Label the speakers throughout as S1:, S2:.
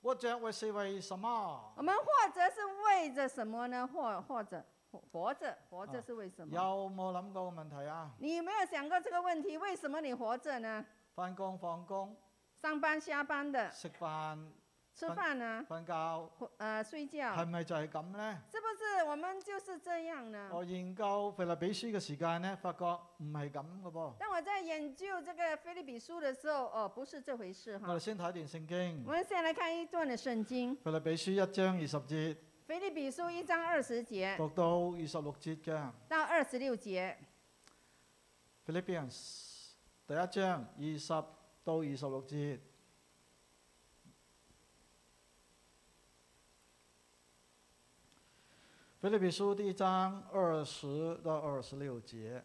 S1: 活着會是為什麼？
S2: 我们活着是为着什么呢？活活着，活活着，活
S1: 啊
S2: 着是为什么？
S1: 有冇諗過個問題啊？
S2: 你有没有想过这个问题？为什么你活着呢？
S1: 翻工放工，
S2: 上班下班的，
S1: 食飯
S2: 吃饭呢，
S1: 瞓覺，
S2: 或呃，睡觉，
S1: 係咪就係咁呢？
S2: 是不是我们就是這樣呢？
S1: 我研究腓立比書嘅時間呢，發覺唔係咁嘅噃。
S2: 當我在研究這個菲利比書的時候，哦，不是這回事
S1: 我
S2: 哈
S1: 哋。先睇一段聖
S2: 我
S1: 經，
S2: 們先來看一段的聖經，《
S1: 腓立比書一章二十節
S2: 菲利比書》一章二十節
S1: 讀到二十六節嘅。
S2: 到二十六節，
S1: Philippians 第一章二十到二十六節，腓立比書第一章二十到二十六節。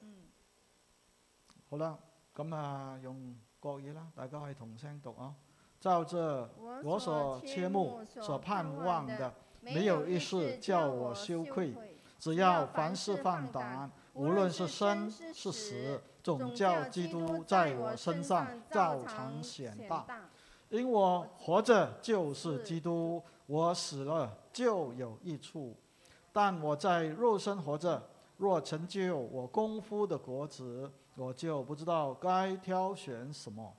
S1: 好啦，咁啊用國語啦，大家可以同聲讀啊。照着我所切慕、所盼望的，沒有一事叫我羞愧。只要凡事放胆，无论是生是死，总叫基督在我身上照常显大。因我活着就是基督，我死了就有益处。但我在肉身活着，若成就我功夫的果子，我就不知道该挑选什么。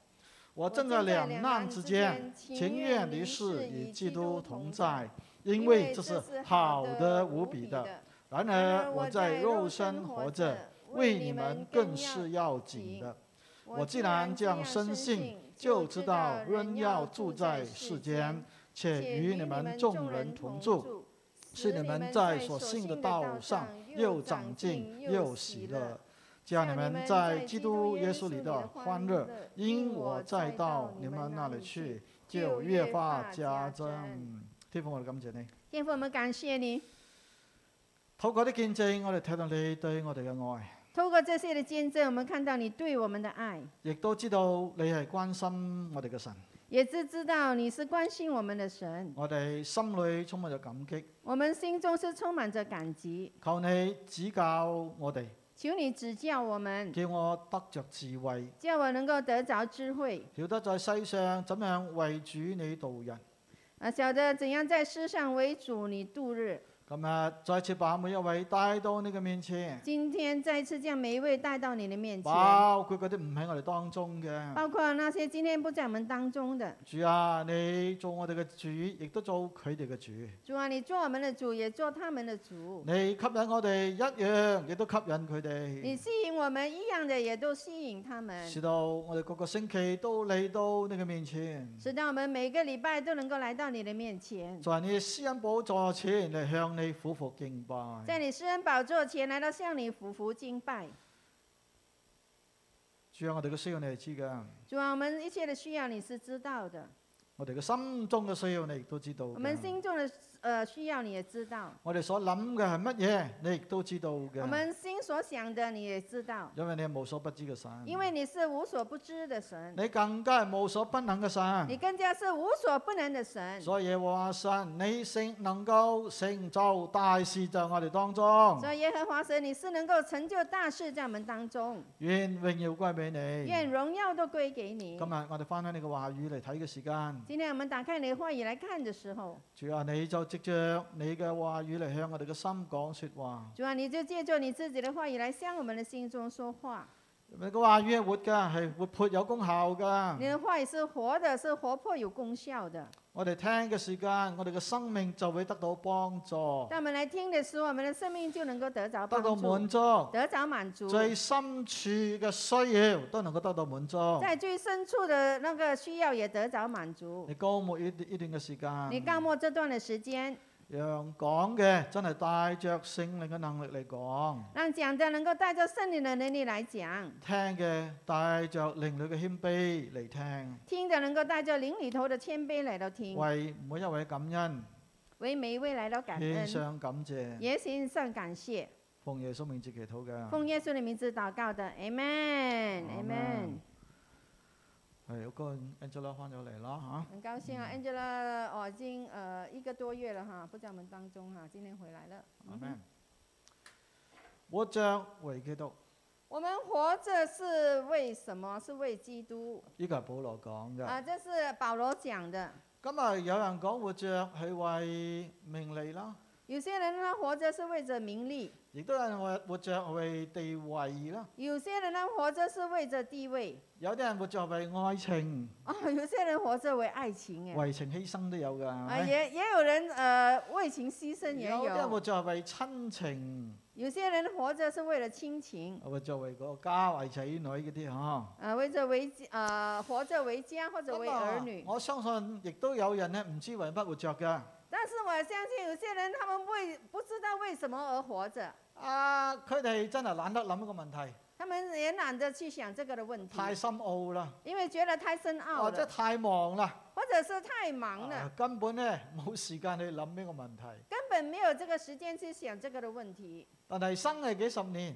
S1: 我正在两难之间，情愿离世与基督同在，因为这是好的无比的。。然而我在肉身活着，为你们更是要紧的。我既然这样深信，就知道仍要住在世间，且与你们众人同住，，是你们在所信的道上又长进又喜乐，叫你们在基督耶稣里的欢乐，因我再到你们那里去，就越发加增。天父，我哋感謝你。
S2: 天父，我们感谢你。
S1: 透過啲見證，我哋睇到你對我哋嘅愛，
S2: 透过这些的见证，我们看到你对我们的爱，
S1: 亦都知道你係關心我哋嘅神。
S2: 也知知道你是关心我们的神。
S1: 我哋心裏充滿咗感激，
S2: 我们心中是充满着感激，
S1: 求你指教我哋，
S2: 求你指教我们，
S1: 叫我得着智慧，
S2: 叫我能够得着智慧，
S1: 曉得在世上怎樣為主你度人。
S2: 啊，晓得怎样在世上为主你度日。
S1: 今日再次把每一位帶到你嘅面前，
S2: 今天再次将每一位带到你的面前，
S1: 包括嗰啲唔喺我哋當中嘅。
S2: 包括那些今天不在我们当中的。
S1: 主啊，你做我哋嘅主，亦都做佢哋嘅主。
S2: 主啊，你做我们的主，也做他们的主。
S1: 你吸引我哋一樣，亦都吸引佢
S2: 你
S1: 哋。
S2: 吸引我们一样的，也都吸引他们，
S1: 直到我哋個個星期都嚟到你嘅面前，
S2: 使到我们每个礼拜都能够來到你的面前，
S1: 在你嘅施恩寶座前嚟向你苦苦敬
S2: 在
S1: 拜。
S2: 你施恩宝座前来到向你匍匐敬拜。
S1: 主啊，我哋嘅需要你係知嘅，
S2: 主啊，我们一切的需要你是知道的，
S1: 我哋嘅心中嘅需要你亦都知道嘅。
S2: 我们心中的呃需要你也知道，
S1: 我哋所諗嘅係乜嘢，你亦都知道
S2: 我
S1: 嘅。
S2: 们心所想的你也知道，
S1: 因為你係無所不知嘅神，
S2: 因為你是无所不知的神，
S1: 你更加係無所不能嘅
S2: 你
S1: 神。
S2: 更加是无所不能的神。
S1: 所以耶和華神，你成能夠成就大事在我哋當中。
S2: 所以耶和华神，你是能够成就大事在我们当中，
S1: 願榮耀歸俾你。
S2: 愿荣耀都归给你
S1: 今。日我哋翻開你嘅話語嚟睇嘅時間。
S2: 今天我们打开你的话语来看的时候，
S1: 主啊，你就藉着你嘅話語嚟向我哋嘅心講说話。
S2: 主啊，你就借助你自己的话語來向我們的心中說話。
S1: 你嘅話語係活㗎，係活潑有功效
S2: 你
S1: 㗎。
S2: 的话語是活的，是活潑有功效的。
S1: 我哋聽嘅時間，我哋嘅生命就會得到幫助，
S2: 當我們來聽的時候，我們的生命就能夠得
S1: 得
S2: 着幫
S1: 到
S2: 助
S1: 滿，足，
S2: 得着滿足，
S1: 最深處嘅需要都能夠得到滿足。
S2: 在最深處的那個需要也得着滿足。
S1: 你高末呢呢段嘅時
S2: 你
S1: 間，
S2: 告末這段的時間，
S1: 讓講嘅真係帶着聖靈嘅能力嚟講，
S2: 讓講的能夠帶着聖靈的能力來講，
S1: 聽嘅帶着靈裏嘅謙卑嚟聽，
S2: 聽的能夠帶着靈裡頭的謙卑來到聽，
S1: 為每一位感恩。
S2: 為每一位來到感
S1: 獻
S2: 恩，
S1: 上感謝，
S2: 也獻上感謝。
S1: 奉耶穌名字祈禱嘅，
S2: 奉耶穌的名字禱告的，Amen，Amen。
S1: 係有個 Angela 翻咗嚟啦
S2: 很高興啊，Angela 哦，已經呃一個多月了哈，不在我們當中哈，今天回來了。嗯
S1: 嚇，阿 Man。活着為基督，
S2: 我們活着是為什麼？是為基督
S1: 呢個係保羅講
S2: 啊、
S1: 嘅。
S2: 这是保羅講的。
S1: 咁啊，有人講活着係為名利啦，
S2: 有些人他活着是为着名利，
S1: 亦都有人話活着係為地位啦，
S2: 有些人他活着是为着地位，
S1: 有啲人活着係為愛情，
S2: 啊、 有些人活着为爱情，哎，
S1: 為情犧牲都有㗎，係
S2: 啊、
S1: 咪
S2: 也也有人呃为情牺牲，也
S1: 有啲人活
S2: 有，啊
S1: 着係為親情，
S2: 有些人活着是為了亲情，
S1: 活着為個家、為仔女嗰啲嚇。
S2: 啊、为着为啊、活着为家或者为
S1: 咁啊
S2: 儿女。
S1: 我相信亦都有人咧唔知為乜活着㗎。
S2: 但是我相信有些人他们为不知道为什么而活着，
S1: 啊，佢哋真係懶得諗一個問題，
S2: 他们也懒得去想这个的问题，
S1: 太深奧啦，
S2: 因为觉得太深奥
S1: 或者
S2: 了，
S1: 太忙啦，
S2: 或者是太忙
S1: 啊
S2: 了，
S1: 根本咧冇時間去諗呢個問題。
S2: 根本没有这个时间去想这个的问题。
S1: 但係生係幾十年，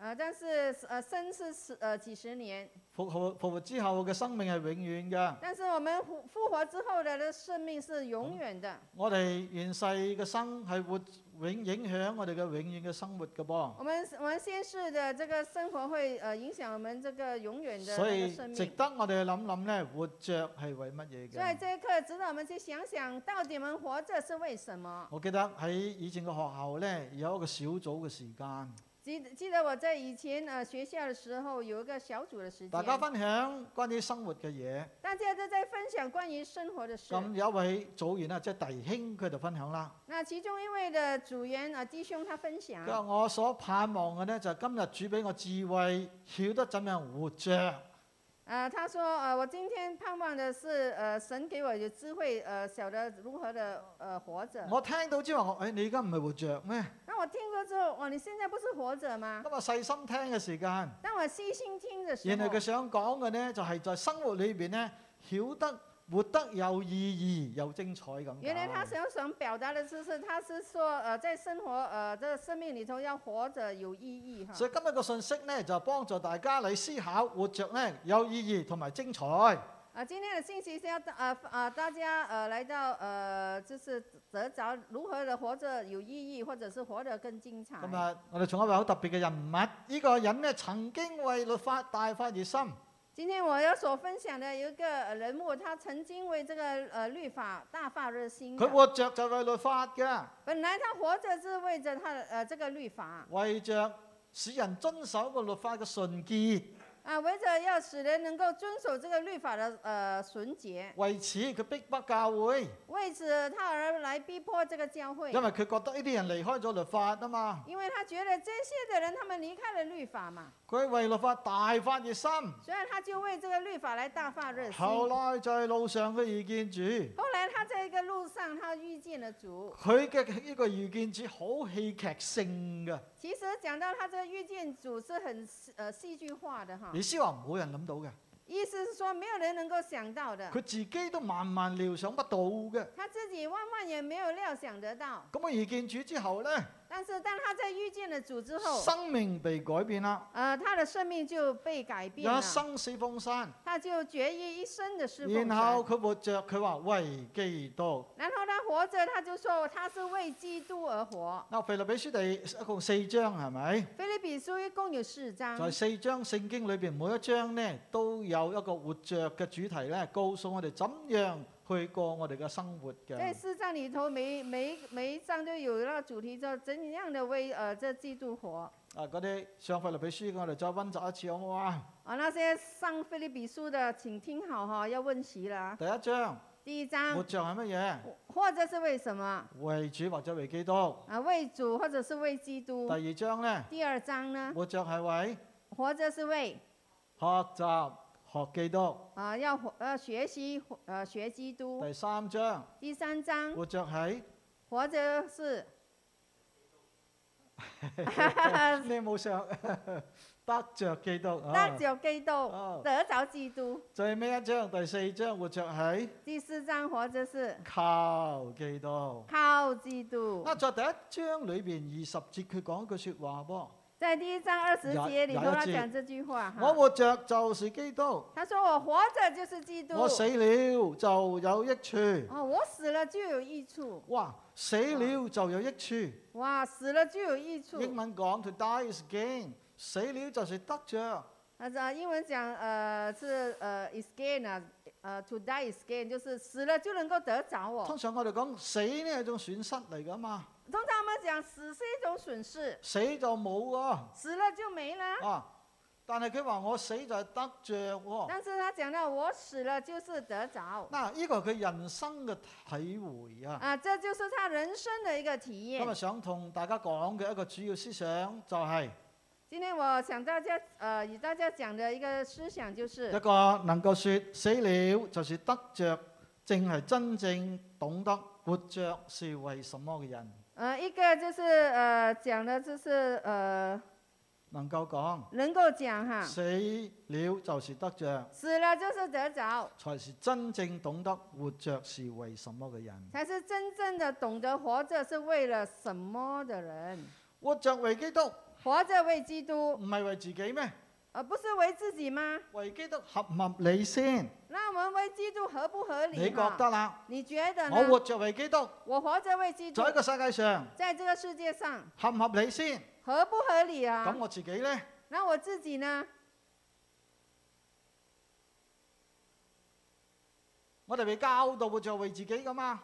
S2: 呃，但是呃，生是十呃几十年，
S1: 復活復活之後嘅生命係永遠㗎。
S2: 但是我们复复活之后的生命是永远的。
S1: 我哋現世嘅生係活永影響我哋嘅永遠嘅生活㗎噃。
S2: 我们我们先世的这个生活会呃影响我们这个永远的
S1: 所
S2: 那个
S1: 以
S2: 生
S1: 值
S2: 命。
S1: 得我哋去諗諗咧，活着係為乜嘢
S2: 所以
S1: 嘅？
S2: 这一刻值得我们去想想，到底我们活着是为什么？
S1: 我記得喺以前嘅學校咧，有一個小組嘅時間，
S2: 记得记得我在以前呃学校的时候有一个小组的时
S1: 大家
S2: 间，
S1: 分享關於生活嘅嘢。
S2: 大家都在分享关于生活的事。
S1: 咁有一位組員啊，即係弟兄，佢就分享啦。
S2: 那其中一位的组员啊、呃弟兄他分
S1: 佢
S2: 享，
S1: 話：我所盼望嘅呢，就係今日主俾我智慧，曉得怎樣活着。
S2: 呃，他说呃我今天盼望的是呃神给我有智慧，呃晓得如何的呃活着。
S1: 我聽到之後，我誒、哎你而家唔係活着咩？
S2: 那我听过之后，哦你现在不是活着吗？
S1: 咁啊細心聽嘅時間，
S2: 当我细心听的时
S1: 原來
S2: 候
S1: 佢，想講嘅呢，就係、在生活裏邊呢，曉得活得有意義、有精彩咁解。
S2: 原来他想想表达的就是，他是说呃在生活呃这生命里头要活着有意义哈。
S1: 所以今日個信息呢，就幫助大家嚟思考活着呢有意義同埋精彩。
S2: 啊，今天的信息是要大呃啊，大家呃来到呃，就是得着如何的活着有意义，或者是活得更精彩。
S1: 今日啊我哋仲有一位好特別嘅人物，呢、個人呢，曾經為律法大發熱心。
S2: 今天我要所分享的有一个呃人物，他曾经为这个呃律法大发热心的
S1: 佢活着就為律法嘅，
S2: 本来他活着是为着他的呃这个律法
S1: 為着使人遵守個律法嘅純潔。
S2: 啊，为着要使人能够遵守这个律法的呃纯洁，
S1: 為此佢逼迫教會，
S2: 为此他而来逼迫这个教会
S1: 因，為佢覺得呢啲人離開咗律法啊嘛。
S2: 因为他觉得这些的人他们离开了律法嘛，
S1: 佢為律法大發熱心，
S2: 所以他就为这个律法来大发热心。
S1: 後來在路上佢遇見主，
S2: 后来他在一个路上，他遇见了主。
S1: 佢嘅呢個遇見主好戲劇性嘅，
S2: 其实讲到他这遇见主是很呃戏剧化的哈，
S1: 意思話冇人諗到嘅，
S2: 意思是说没有人能够想到的
S1: 佢，自己都萬萬料想不到嘅。
S2: 他自己万万也没有料想得到。
S1: 咁我遇見主之後呢，
S2: 但是当他在遇见了主之后，
S1: 生命被改變啦，
S2: 呃，他的生命就被改变
S1: 有
S2: 了
S1: 一，生死奉山。
S2: 他就决意一生的侍奉
S1: 然後
S2: 神。
S1: 佢活着，佢話為基督。
S2: 然后他活着，他就说他是为基督而活。
S1: 嗱，腓立比書第一共四章係咪？
S2: 菲利比书一共有四章，
S1: 在四章聖經裏邊，每一章呢都有一個活着嘅主題呢，告訴我哋怎樣去過我哋嘅生活
S2: 在
S1: 嘅。
S2: 四章里头每每每一章都有那主题叫怎样的为呃这基督活。
S1: 啊，嗰啲上腓立比書，我哋再温習一次好唔好啊？
S2: 啊，那些上菲利比书的，请听好哈，要温习了啊。
S1: 第一章
S2: 第一
S1: 活
S2: 章，
S1: 着係乜嘢？
S2: 或者是为什么
S1: 為主或者為基督。
S2: 啊？为主，或者是为基督
S1: 第。二章呢，
S2: 第二章呢，
S1: 活着係為
S2: 活着是为
S1: 學習學基督。
S2: 啊，要活呃学习呃学基督。
S1: 第三章
S2: 第三章，
S1: 活着係，
S2: 活着是
S1: 你冇上 得着基督啊
S2: 得着基督，
S1: 哦
S2: 得着基督。
S1: 最尾一章第四章活着喺
S2: 第四章，活着是
S1: 靠基督。
S2: 靠基督
S1: 啊，。在第一章裏邊二十節，佢講一句説話噃：
S2: 在第一章二十
S1: 廿
S2: 节里头，
S1: 廿一
S2: 他
S1: 节
S2: 讲这句话
S1: 我
S2: 哈，
S1: 活着就是基督，
S2: 他说我活着就是基督，
S1: 我死了就有益處。
S2: 哦，我死了就有益处。
S1: 哇，死了就有益處。
S2: 哇，死了就有益处。
S1: 英文講 to die is gain，死了就是得着。
S2: 啊，这英文讲呃是呃 is gain 啊呃，to die is gain，就是死了就能够得着我。
S1: 通常我哋講死呢係一種損失嚟噶嘛，
S2: 通常我们讲死是一种损失，
S1: 死就冇喎
S2: 死了就没了。
S1: 啊！但係佢話我死就係得着喎。
S2: 但是他讲到我死了就是得着，
S1: 嗱，呢個係佢人生嘅體會啊。
S2: 啊，这就是他人生的一个体
S1: 今日
S2: 验。
S1: 想同大家講嘅一個主要思想就係
S2: 今天我想大家呃与大家讲的一个思想就
S1: 一
S2: 是，
S1: 個能夠說死了就是得着，正係真正懂得活着是為什麼嘅人，
S2: 呃，一个就是呃讲的就是呃
S1: 能夠講
S2: 能够讲哈，
S1: 死了就是得着，
S2: 死了就是得着，
S1: 才是真正懂得活着是為什麼嘅人。
S2: 才是真正的懂得活着是为了什么的人。
S1: 活着為基督，唔
S2: 活着为基督，
S1: 係為自己咩？
S2: 而不是为自己吗？
S1: 為基督合唔合理先？
S2: 那我们为基督合不合
S1: 你
S2: 理
S1: 覺
S2: 嘛？
S1: 得啦？
S2: 你觉得呢？
S1: 我活着為基督，
S2: 我活着为基督
S1: 在，呢個世界上
S2: 在这个世界上
S1: 合唔合理先？
S2: 合不合理啊
S1: 咁？我自己呢？
S2: 那我自己呢？
S1: 我哋被教導活着為自己噶嘛？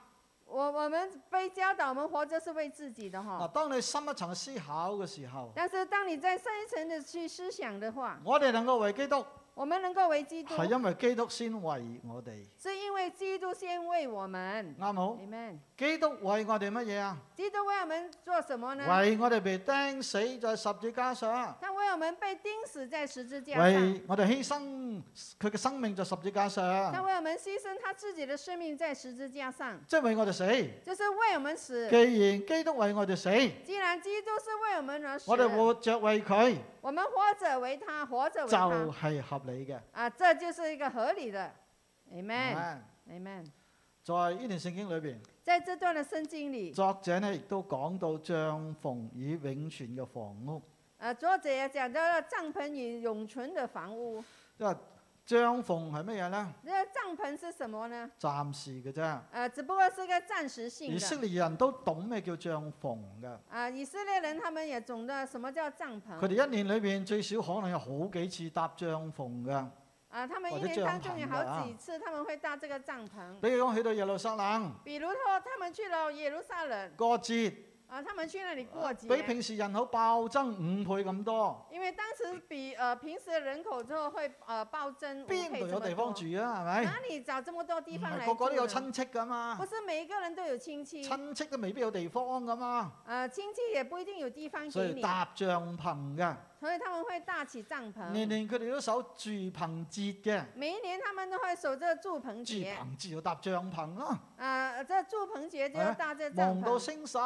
S2: 我我们被教导，我们活着是为自己的
S1: 嗱，
S2: 哈。
S1: 當你深一層思考嘅時候，
S2: 但是当你在深层的去思想的话，
S1: 我哋能夠為基督，
S2: 我们能够为基督，
S1: 係因為基督先為我哋，
S2: 是因为基督先为我们。
S1: 啱好？
S2: Amen。
S1: 基督為我哋乜嘢啊？
S2: 基督为我们做什么呢？
S1: 為我哋被釘死在十字架上，
S2: 他为我们被钉死在十字架上，
S1: 為我哋犧牲佢嘅生命在十字架
S2: 他
S1: 上，
S2: 为我们牺牲他自己的生命在十字架上，
S1: 即係為我哋死。
S2: 就是为我们死。
S1: 既然基督為我哋死，
S2: 既然基督是为我们而死，
S1: 我哋活着為佢
S2: 我们活着为他，活着
S1: 就
S2: 为他。
S1: 係合理嘅。
S2: 啊，这就是一个合理的。Amen。
S1: 啊
S2: Amen。
S1: 在呢段聖經裏邊，
S2: 在这段的圣经里，
S1: 作者呢亦都講到帳篷與永存嘅房屋。
S2: 呃，作者也讲到了帐篷与永存的房屋。
S1: 因為帳篷係乜嘢呢？
S2: 这个帐篷是什么呢？
S1: 暫時嘅啫。
S2: 呃，只不过是个暂时性
S1: 以色
S2: 的。
S1: 列人都懂咩叫帳篷嘅，
S2: 啊，以色列人他们也懂得什么叫帐
S1: 佢
S2: 篷。
S1: 哋一年裏邊最少可能有好幾次搭帳篷嘅。
S2: 啊，他们一
S1: 或者
S2: 年当中有
S1: 帐篷啊
S2: 好几次他们会搭这个帐篷。
S1: 比如講去到耶路撒冷
S2: 比如说，他们去了耶路撒冷，
S1: 過節，
S2: 啊，他们去那里过节，
S1: 比平時人口暴增五倍咁多，
S2: 因为当时比呃平时的人口之后会呃暴增五
S1: 邊
S2: 倍
S1: 度
S2: 这
S1: 有
S2: 么
S1: 地方
S2: 多。
S1: 住啊？係咪？
S2: 哪里找这么多地
S1: 唔
S2: 方
S1: 係
S2: 来住啊
S1: 個
S2: 呢？
S1: 個都有親戚噶嘛
S2: 不，是每一个人都有亲戚，
S1: 親戚都未必有地方噶嘛，
S2: 呃，亲戚也不一定有地方
S1: 所
S2: 给
S1: 以
S2: 你，
S1: 搭帳篷嘅，
S2: 所以他们会搭起帐
S1: 年
S2: 篷。
S1: 年佢哋都守住棚節嘅，
S2: 每一年他们都会守着祝棚
S1: 住
S2: 节，
S1: 棚節就搭帳篷啦，
S2: 啊，这祝棚节就
S1: 哎
S2: 要搭这帐
S1: 望到
S2: 篷，
S1: 星宿，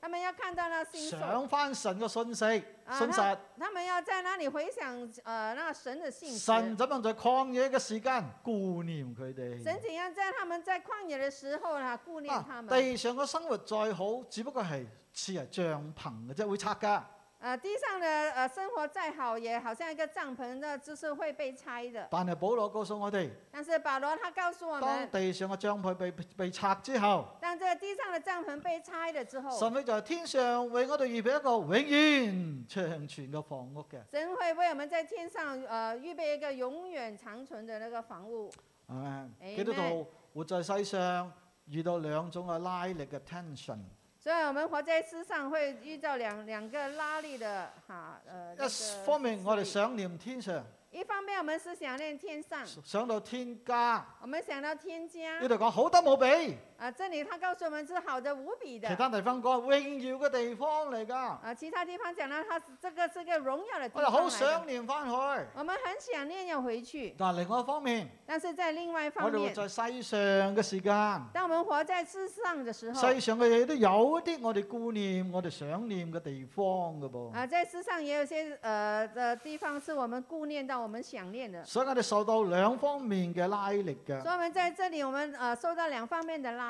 S2: 他们要看到那星宿，
S1: 想翻神嘅信息，
S2: 啊
S1: 信實。
S2: 他们要在那里回想呃那神的信息。
S1: 神怎樣在曠野嘅時間顧念佢
S2: 神
S1: 哋？
S2: 怎样在他们在旷野的时候啊，顾念他
S1: 啊，
S2: 们。
S1: 地上嘅生活再好，只不過係似係帳篷嘅啫，會拆㗎。
S2: 呃，地上的呃生活再好，也好像一个帐篷的，就是会被拆的。
S1: 但係保羅告訴我哋，
S2: 但是保罗他告诉我
S1: 當
S2: 们，
S1: 地上嘅帳篷被被拆之後，
S2: 当这地上的帐篷被拆了之後，
S1: 神會就係天上為我哋預備一個永遠長存嘅房屋嘅。
S2: 神會为我们在天上呃预备一个永遠长存的那个房屋。
S1: 啊
S2: Amen
S1: 基督徒活在世上，遇到兩種嘅拉力嘅 tension，
S2: 所以我们活在世上会遇到两两个拉力的哈呃。那
S1: 一
S2: 个
S1: 方面我哋
S2: 刺激
S1: 想念天上，
S2: 一方面我们是想念天上，
S1: 想到天家，
S2: 我们想到天家
S1: 呢度講好得冇比。
S2: 啊，这里他告訴我们是好的無比的
S1: 其他地方講榮耀嘅地方嚟㗎，
S2: 啊，其他地方讲到它是这个是个榮耀的地
S1: 我哋
S2: 方
S1: 好
S2: 来
S1: 想
S2: 的。
S1: 念翻去。
S2: 我们很想念要回去，
S1: 但係另外一方面，
S2: 但是在另外一
S1: 我
S2: 方
S1: 哋活
S2: 面，
S1: 在世上嘅時間，
S2: 当我们活在世上的时候，
S1: 世上嘅嘢都有一啲我哋顧念、我哋想念嘅地方嘅噃。
S2: 啊，在世上也有些呃的地方是我们顾念到、我们想念的，
S1: 所以我哋受到兩方面嘅拉力
S2: 所以
S1: 嘅，
S2: 我们在这里我们呃受到两方面的拉力。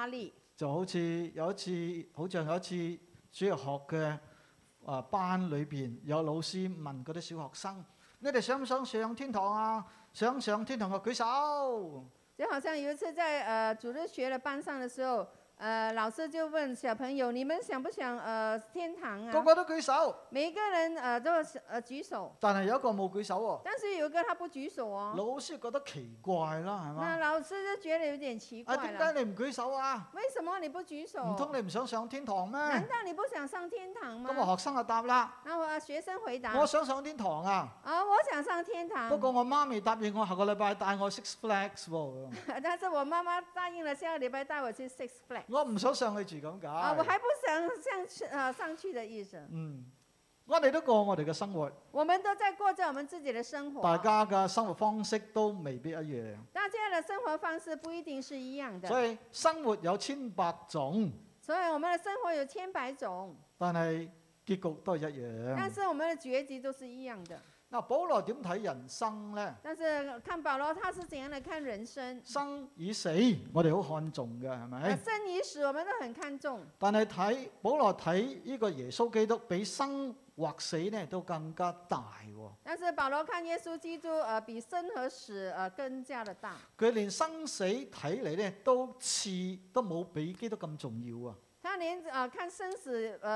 S1: 就好似有一次，好像有一次主日學嘅啊班裏邊有老師問嗰啲小學生：你哋想唔想上天堂啊？想上天堂嘅舉手。
S2: 就好像有一次在呃主日学的班上的时候，呃，老师就问小朋友，你们想不想呃天堂
S1: 個
S2: 啊？
S1: 個都舉手，
S2: 每个人呃都是呃举手，
S1: 但係有一個冇舉手喎。
S2: 但是有一个他不举手哦。
S1: 老師覺得奇怪啦，係
S2: 那
S1: 嘛？
S2: 老师就觉得有点奇
S1: 啊，
S2: 怪哦
S1: 點
S2: 了，
S1: 解你唔舉手啊？
S2: 为什么你不举手？
S1: 唔通你唔啊想上天堂咩？
S2: 难道你不想上天堂
S1: 咁啊，
S2: 吗？
S1: 學生就答啦：
S2: 然后啊学生回嗯答：嗯
S1: 我想上天堂啊，
S2: 啊，我想上天堂
S1: 不，過我媽咪答應我下個禮拜帶我 Six Flags 喎，
S2: 但是我妈妈答应了下个礼拜带我去 Six Flag。
S1: 我唔想上去住咁
S2: 啊，我
S1: 解。
S2: 还不想上去啊上去的意思。
S1: 嗯，我哋都過我哋嘅生活，
S2: 我们都在过着我们自己的生活，
S1: 大家嘅生活方式都未必一樣。
S2: 大家的生活方式不一定是一样的，
S1: 所以生活有千百種，
S2: 所以我们的生活有千百种，
S1: 但係結局都係一
S2: 但
S1: 樣。
S2: 是我們的结局都是一样的。
S1: 嗱，保羅點睇人生呢？
S2: 但是看保罗他是怎样来看人生，
S1: 生與死，我哋好看重嘅，係
S2: 啊
S1: 咪？
S2: 生与死我们都很看重，
S1: 但係睇保羅睇呢個耶穌基督，比生或死呢都更加大喎。
S2: 但是保罗看耶稣基督呃比生和死呃更加的大，
S1: 佢連生死睇嚟呢都似都冇比基督咁重要啊！
S2: 他连呃看生死呃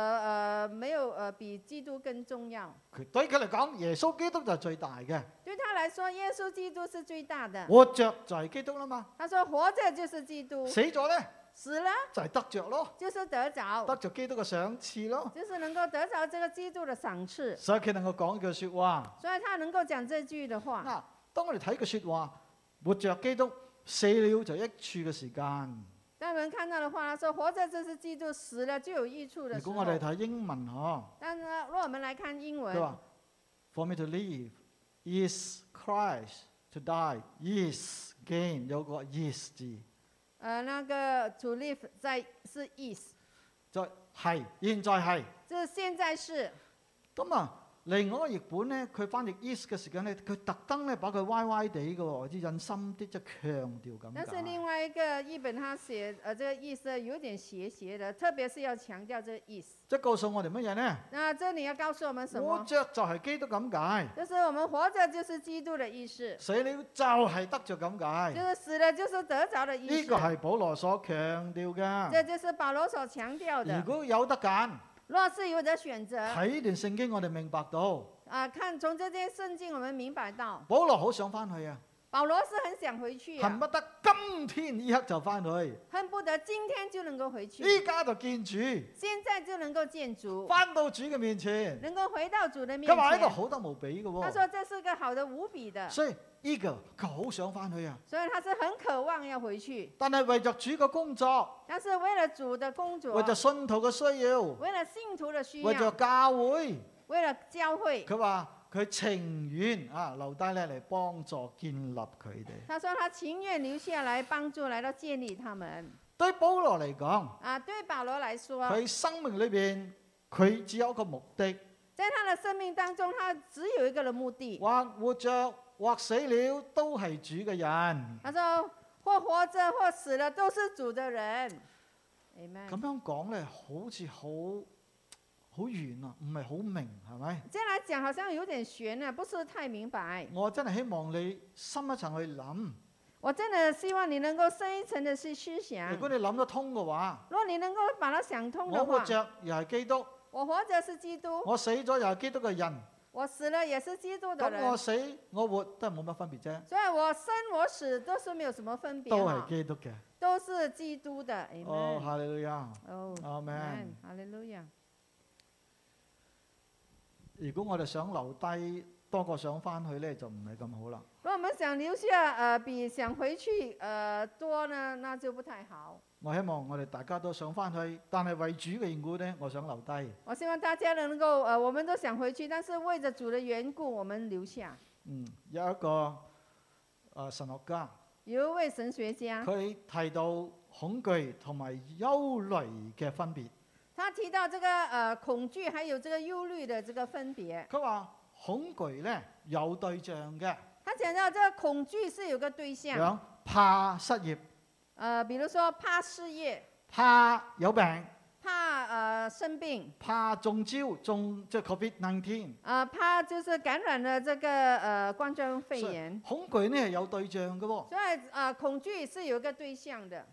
S2: 呃没有呃比基督更重要。
S1: 佢對佢嚟講，耶穌基督就係最大嘅，
S2: 对他来说，耶稣基督是最大的。
S1: 活着就係基督啦嘛，
S2: 他说活着就是基督，
S1: 死咗呢
S2: 死了
S1: 就係得着咯，
S2: 就是得着
S1: 得，着基督嘅賞賜咯。
S2: 就是能够得着这个基督的赏赐。
S1: 所以佢能夠講句説話。
S2: 所以他能够讲这句的话。
S1: 嗱，當我哋睇句説話，活着基督，死了就益處嘅時間。
S2: 当人看到的话，他说活着就是基督，死了就有益处
S1: 如
S2: 的时
S1: 果
S2: 候
S1: 我。哋睇英文嗬，
S2: 但是呢，若我们来看英
S1: 佢
S2: 文，
S1: 話：For me to live is Christ, to die is gain。有個 is 字，
S2: 呃，那个 to live 在是 is，
S1: 就係現在係。
S2: 这现在是。
S1: 咁啊，另外一個譯本咧，佢翻譯 is 嘅時間咧，佢特登咧把佢歪歪地嘅喎，即印深啲，即係強調
S2: 但是
S1: 咁解。
S2: 另外一个译本他写呃这个意思有点斜斜的，特别是要强调这个 is。
S1: 即係告訴我哋乜嘢呢？
S2: 那这里要告诉我们什
S1: 活
S2: 么？
S1: 着就係基督咁解。
S2: 就是我们活着就是基督的意思，
S1: 死了就係得着咁
S2: 就
S1: 解。
S2: 是死了就是得着的意
S1: 呢
S2: 思
S1: 個。係保羅所強調
S2: 这
S1: 嘅。
S2: 就是保罗所强调
S1: 如
S2: 的。
S1: 果有得揀，
S2: 若是有的选择，
S1: 睇呢段聖經，我哋明白到
S2: 啊，看从这些圣经，我们明白到
S1: 保羅好想翻去啊，
S2: 保罗是很想回去、
S1: 恨
S2: 啊，
S1: 不得今天呢刻就翻去，
S2: 恨不得今天就能够回去，
S1: 依家就見主，
S2: 现在就能够见主，
S1: 翻到主嘅面前，
S2: 能够回到主的面
S1: 佢話呢度
S2: 前。
S1: 好得啊無比嘅
S2: 他
S1: 喎。
S2: 说这是个好的无比的，
S1: 所以呢個佢好想翻去啊，
S2: 所以他是很渴望要回去，
S1: 但係為着主嘅工作，
S2: 但是啊为了主的工作
S1: 為，着信徒嘅需要，
S2: 为了信徒的需
S1: 為着
S2: 要，
S1: 教會，
S2: 为了教会，
S1: 佢話佢情願啊留低咧嚟幫助建立佢哋。
S2: 他说他情愿留下来帮助来到建立他们。
S1: 對保羅嚟講，
S2: 啊，对保罗来说，
S1: 佢生命裏邊佢只有一個目的，
S2: 在他的生命当中，他只有一个的目的，
S1: 或活着或死了都係主嘅人。
S2: 他说：或活着或死了都是主的人。
S1: 咁
S2: Amen。
S1: 樣講咧，好似好好遠啊，唔係好明係咪？
S2: 这样来讲好像有点悬呢、不是太明白。
S1: 我真係希望你深一層去諗。
S2: 我真的希望你能够深一層的去思想
S1: 如。果你諗得通嘅話，
S2: 若你能够把它想通
S1: 我
S2: 的
S1: 活
S2: 话，
S1: 着又係基督，
S2: 我活着是基督，
S1: 我死咗又係基督嘅人。
S2: 我死了也是基督的
S1: 咁我
S2: 人，
S1: 死我活都係冇乜分別啫，
S2: 所以我生我死都是没有什么分别
S1: 都
S2: 哈
S1: 係，基督嘅。
S2: 都是基督的。
S1: 哦，
S2: Amen。
S1: 哈利路亞，
S2: 哦，
S1: 阿
S2: Amen
S1: 門。
S2: 哈利路亚。
S1: 如果我哋想留低多過想翻去咧，就唔係咁好啦。
S2: 若我们想留下，呃，比想回去，呃，多呢，那就不太好。
S1: 我希望我哋大家都想翻去，但係為主嘅緣故呢，我想留低。
S2: 我希望大家能够，呃，我们都想回去，但是为着主的缘故，我们留下。
S1: 嗯，有一個呃神學家，
S2: 有一位神学家，
S1: 佢提到恐懼同埋憂慮嘅分別。
S2: 他提到这个呃恐惧还有这个忧虑的这个分别。
S1: 佢話恐懼呢有對象嘅，
S2: 他讲到这个恐惧是有个对象，
S1: 樣怕失業，
S2: 呃，比如说怕失业，
S1: 怕有病，
S2: 怕呃生病，
S1: 怕中招中即係 Covid nineteen。
S2: 呃，怕就是感染了这个呃冠状肺炎。
S1: 恐懼呢係有對象嘅喎、
S2: 所以呃恐惧是有一个对象的，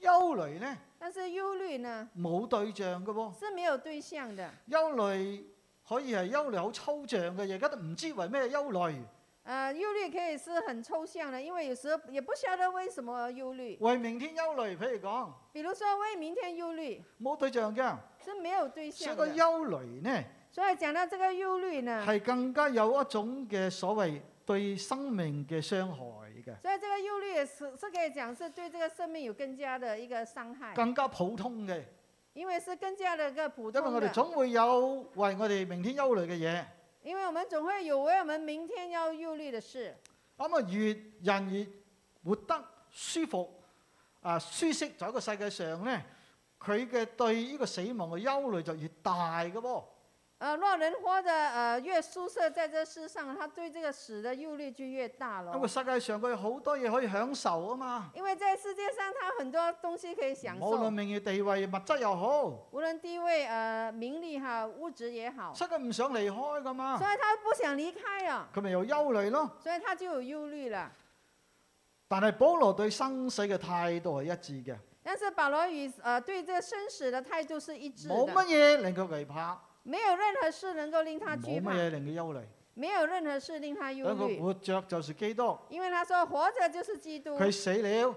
S1: 憂慮呢，
S2: 但是忧虑呢
S1: 冇對象嘅喎、
S2: 是沒有對象的。
S1: 憂慮可以係憂慮好抽象嘅嘢，而家都唔知為咩憂慮，
S2: 呃，忧虑可以是很抽象的，因為有時候也不曉得為什麼而忧虑。
S1: 為明天憂慮。譬如講
S2: 比如說為明天忧虑
S1: 冇對象嘅，
S2: 是沒有對
S1: 所以
S2: 象
S1: 個
S2: 的。
S1: 憂慮呢
S2: 所以講到這個忧虑呢，
S1: 係更加有一種嘅所謂對生命嘅傷害嘅，
S2: 所以這個忧虑也是是可以講是對這個生命有更加的一個傷害，
S1: 更加普通嘅，
S2: 因為是更加的一個普
S1: 因為
S2: 通
S1: 我哋
S2: 的。
S1: 總會有為我哋明天憂慮嘅嘢。
S2: 因為我們總會有為我們明天要忧虑的事，
S1: 咁啊，越人越活得舒服啊舒適，就喺個世界上咧，佢嘅對呢個死亡嘅憂慮就越大嘅喎。
S2: 呃，若人活得呃越舒適在這世上，他對這個死的忧虑就越大
S1: 因為
S2: 咯。
S1: 世界上佢有好多嘢可以享受啊嘛，
S2: 因為在世界上，他很多東西可以享
S1: 無論
S2: 受，
S1: 名譽地位、物質又好，
S2: 無論地位、呃名利哈、物質也好，所
S1: 所以佢唔想離開噶嘛，
S2: 以他不想離開啊，
S1: 佢咪有憂慮咯。
S2: 所以他就有憂慮了。
S1: 但係保羅對生死嘅態度係一致嘅，
S2: 但是保羅与呃对這生死的態度是一致
S1: 冇
S2: 的，
S1: 乜嘢令佢懼怕，
S2: 沒有任何事能夠令他
S1: 冇
S2: 懼
S1: 乜
S2: 怕，
S1: 嘢令佢憂慮。
S2: 沒有任何事令他憂
S1: 等佢
S2: 慮，
S1: 活着就是基督，
S2: 因為他說活着就是基督，
S1: 佢死了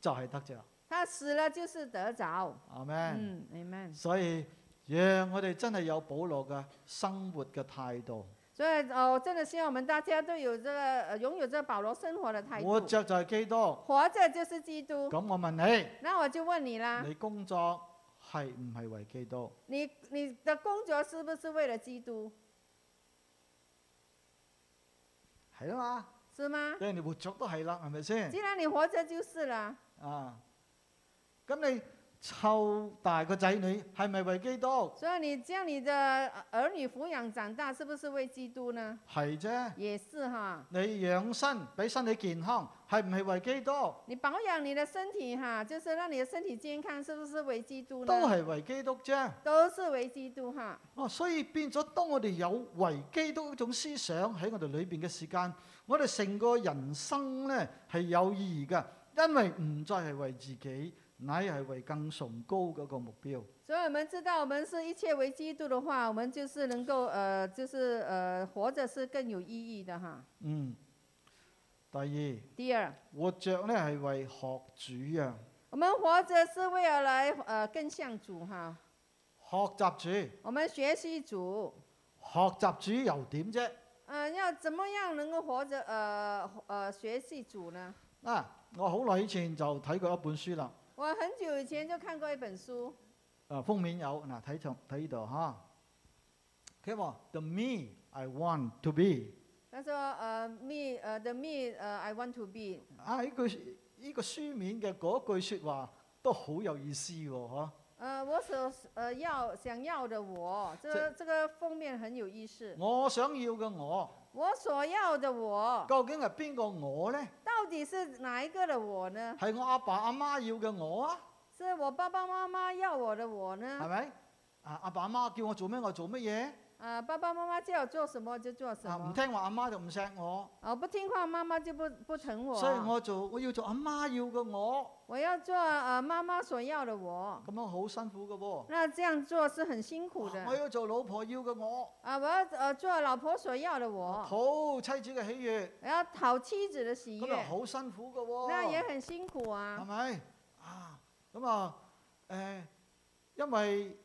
S1: 就係得着。
S2: 他死了就是得着。
S1: 阿咩？
S2: 嗯，amen。
S1: 所以讓我哋真係有保羅嘅生活嘅態度，
S2: 所以哦，我真的希望我們大家都有這個呃擁有這保羅生活的態
S1: 活
S2: 度，
S1: 着就係基督。
S2: 活着就是基督。
S1: 咁我問你，
S2: 那我就問你啦，
S1: 你工作係唔係為基督？
S2: 你你的工作是不是為了基督？
S1: 係啦嘛，
S2: 是嗎？
S1: 既然你活着都係啦，係咪先
S2: 既？然你活着就是了，
S1: 啊，咁你湊大個仔女係咪為基督？
S2: 所以你将你的呃兒女撫養長大，是不是為基督呢？
S1: 係啫。
S2: 也是哈，
S1: 你養生，俾身體健康，係唔係為基督？
S2: 你保養你的身體哈，就是讓你的身體健康，是不是為基督
S1: 都
S2: 呢？
S1: 係為基督啫。
S2: 都是為基督哈。
S1: 哦，所以變咗，當我哋有為基督一種思想喺我哋裏邊嘅時間，我哋成個人生咧係有意義嘅，因為唔再係為自己，乃係為更崇高嗰個目標。
S2: 所以我们知道，我们是一切为基督的话，我们就是能够呃，就是呃，活着是更有意义的哈。
S1: 嗯，第二，
S2: 第二，
S1: 活着咧係為學主啊，
S2: 我们活着是为了来呃更像主哈，
S1: 學習主，
S2: 我们学习主，
S1: 學習主又點啫？
S2: 嗯、要怎么样能够活着呃呃学习主呢？
S1: 啊，我好耐以前就睇過一本書啦，
S2: 我很久以前就看过一本书，
S1: 啊封面有嗱睇從睇呢度嚇，佢話 The me I want to be。
S2: 他说呃 me 呃 the me 呃 I want to be，
S1: 啊！呢句呢個書面嘅嗰句説話都好有意思喎、嗬
S2: 呃我所呃要想要的我，这个这个封面很有意思，
S1: 我想要嘅我，
S2: 我所要的我。
S1: 究竟係邊個我呢？
S2: 到底是哪一個的我呢？
S1: 係我阿爸阿媽要嘅我啊，
S2: 是我爸爸媽媽要我的我
S1: 係
S2: 呢？
S1: 咪？啊！阿爸阿媽叫我做咩，我做乜嘢？
S2: 啊，爸爸媽媽叫我做什麼就做什
S1: 啊！唔
S2: 麼。
S1: 聽話，阿媽就唔錫我，
S2: 啊，不聽話，媽媽就不不疼我。
S1: 所以我做我要做阿媽要嘅我，
S2: 我要做呃媽媽所要的我。
S1: 咁樣好辛苦嘅喎、啊
S2: 那這樣做是很辛苦
S1: 哦我
S2: 的。
S1: 要做老婆要嘅我，
S2: 啊，我要呃做老婆所要的
S1: 哦討
S2: 我，
S1: 妻子嘅喜悦，
S2: 我要討妻子的喜
S1: 咁又
S2: 悅，
S1: 好辛苦嘅喎、
S2: 那也很辛苦
S1: 係
S2: 啊。
S1: 咪？啊，咁啊，誒、因為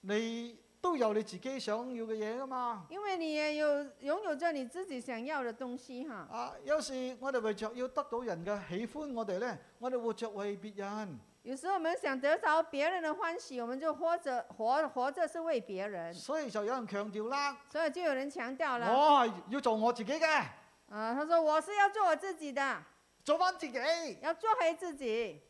S1: 你都有你自己想要嘅嘢噶嘛。
S2: 因為你也有擁有着你自己想要的東西哈。
S1: 啊，有時我哋為着要得到人嘅喜歡我哋咧，我哋活着為別人，
S2: 有時候我們想得着別人的歡喜，我們就活着活活着是為別人。
S1: 所以就有人強調啦，
S2: 所以就有人強調了，
S1: 我係要做我自己嘅，
S2: 啊，他說我是要做我自己的，
S1: 做翻自己。咁
S2: 要做回自己。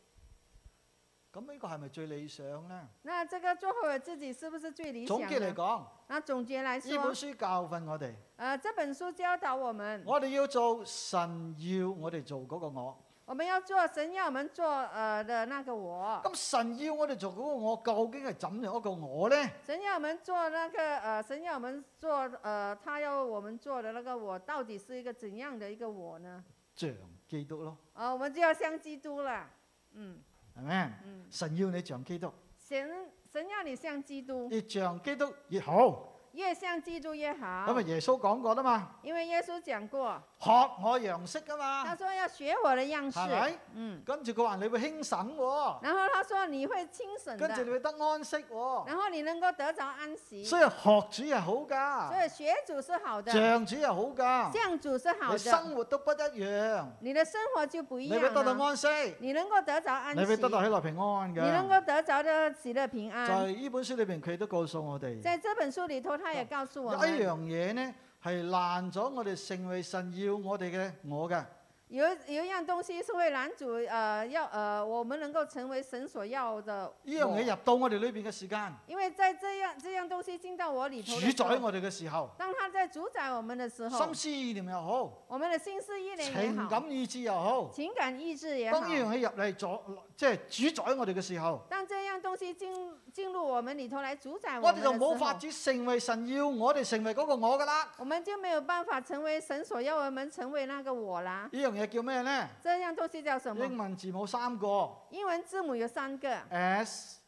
S1: 呢個係咪最理想咧？
S2: 那這個做回我自己是不是最理想
S1: 總結嚟
S2: 呢？
S1: 講，呢
S2: 那總結來
S1: 本
S2: 說，
S1: 書教訓我哋，
S2: 呃，這本書教導我們，
S1: 我哋要做神要我哋做嗰個我。
S2: 我們要做神要我們做呃的那個我，
S1: 咁神要我哋做嗰個我，究竟係怎樣一個我咧？
S2: 神要我們做那個呃，神要我們做呃，他要我們做的那個我，到底是一個怎樣的一個我呢？
S1: 像基督咯。
S2: 哦啊、我們就要像基督了，嗯，
S1: 係咪？
S2: 嗯，
S1: 神要你像基督，
S2: 神神要你像基督，
S1: 越像基督越好。
S2: 越像基督越好
S1: 因。為啊耶穌講過啦嘛，
S2: 因为耶穌講過，
S1: 學我樣式啊
S2: 他
S1: 嘛，
S2: 說要學我的樣
S1: 係
S2: 式，
S1: 咪？
S2: 嗯，
S1: 跟住佢話你會輕省喎，
S2: 然後他說你會清醒
S1: 跟住你
S2: 的，
S1: 會得安息喎。
S2: 然後你能夠得着安息。
S1: 所以學主係好
S2: 所
S1: 㗎，
S2: 以学主是好的，
S1: 像主係好㗎，
S2: 相主是好
S1: 你
S2: 的，
S1: 生活都不一樣，
S2: 你的生活就不一
S1: 你
S2: 樣
S1: 會得到
S2: 了。
S1: 安息，
S2: 你能夠得着安息，
S1: 你會得到喜樂平安
S2: 你
S1: 嘅
S2: 能。夠得着的喜樂平安。
S1: 在呢本書裏邊，佢都告訴我哋，
S2: 在這本書裏頭，他也告訴我
S1: 有一
S2: 們，
S1: 樣嘢呢係難咗我哋成為神要我哋嘅我嘅，
S2: 有有一樣東西是為男主呃要呃我們能夠成為神所要的我。
S1: 呢樣嘢入到我哋裏邊嘅時間，
S2: 因為在這樣這樣東西進到我裏頭的
S1: 主
S2: 時
S1: 宰
S2: 候，
S1: 我哋嘅時候，
S2: 當他在主宰我們的時候
S1: 心，思意念又好，
S2: 我們的心思意念也
S1: 情
S2: 好，
S1: 感意志又好，
S2: 情感意志也好
S1: 當，呢樣嘢入嚟咗，即係主宰我哋嘅時候，
S2: 當這樣東西進進入我們裏頭來主宰我
S1: 我
S2: 們
S1: 哋
S2: 的
S1: 就
S2: 時
S1: 冇
S2: 候
S1: 法，子成為神要我哋成為嗰個我噶啦。
S2: 我們就沒有辦法成為神所要我們成為那個我啦。
S1: 呢樣嘢叫咩呢？
S2: 這樣東西叫什
S1: 英
S2: 麼？
S1: 文字母三個
S2: 英文字母有三個，
S1: S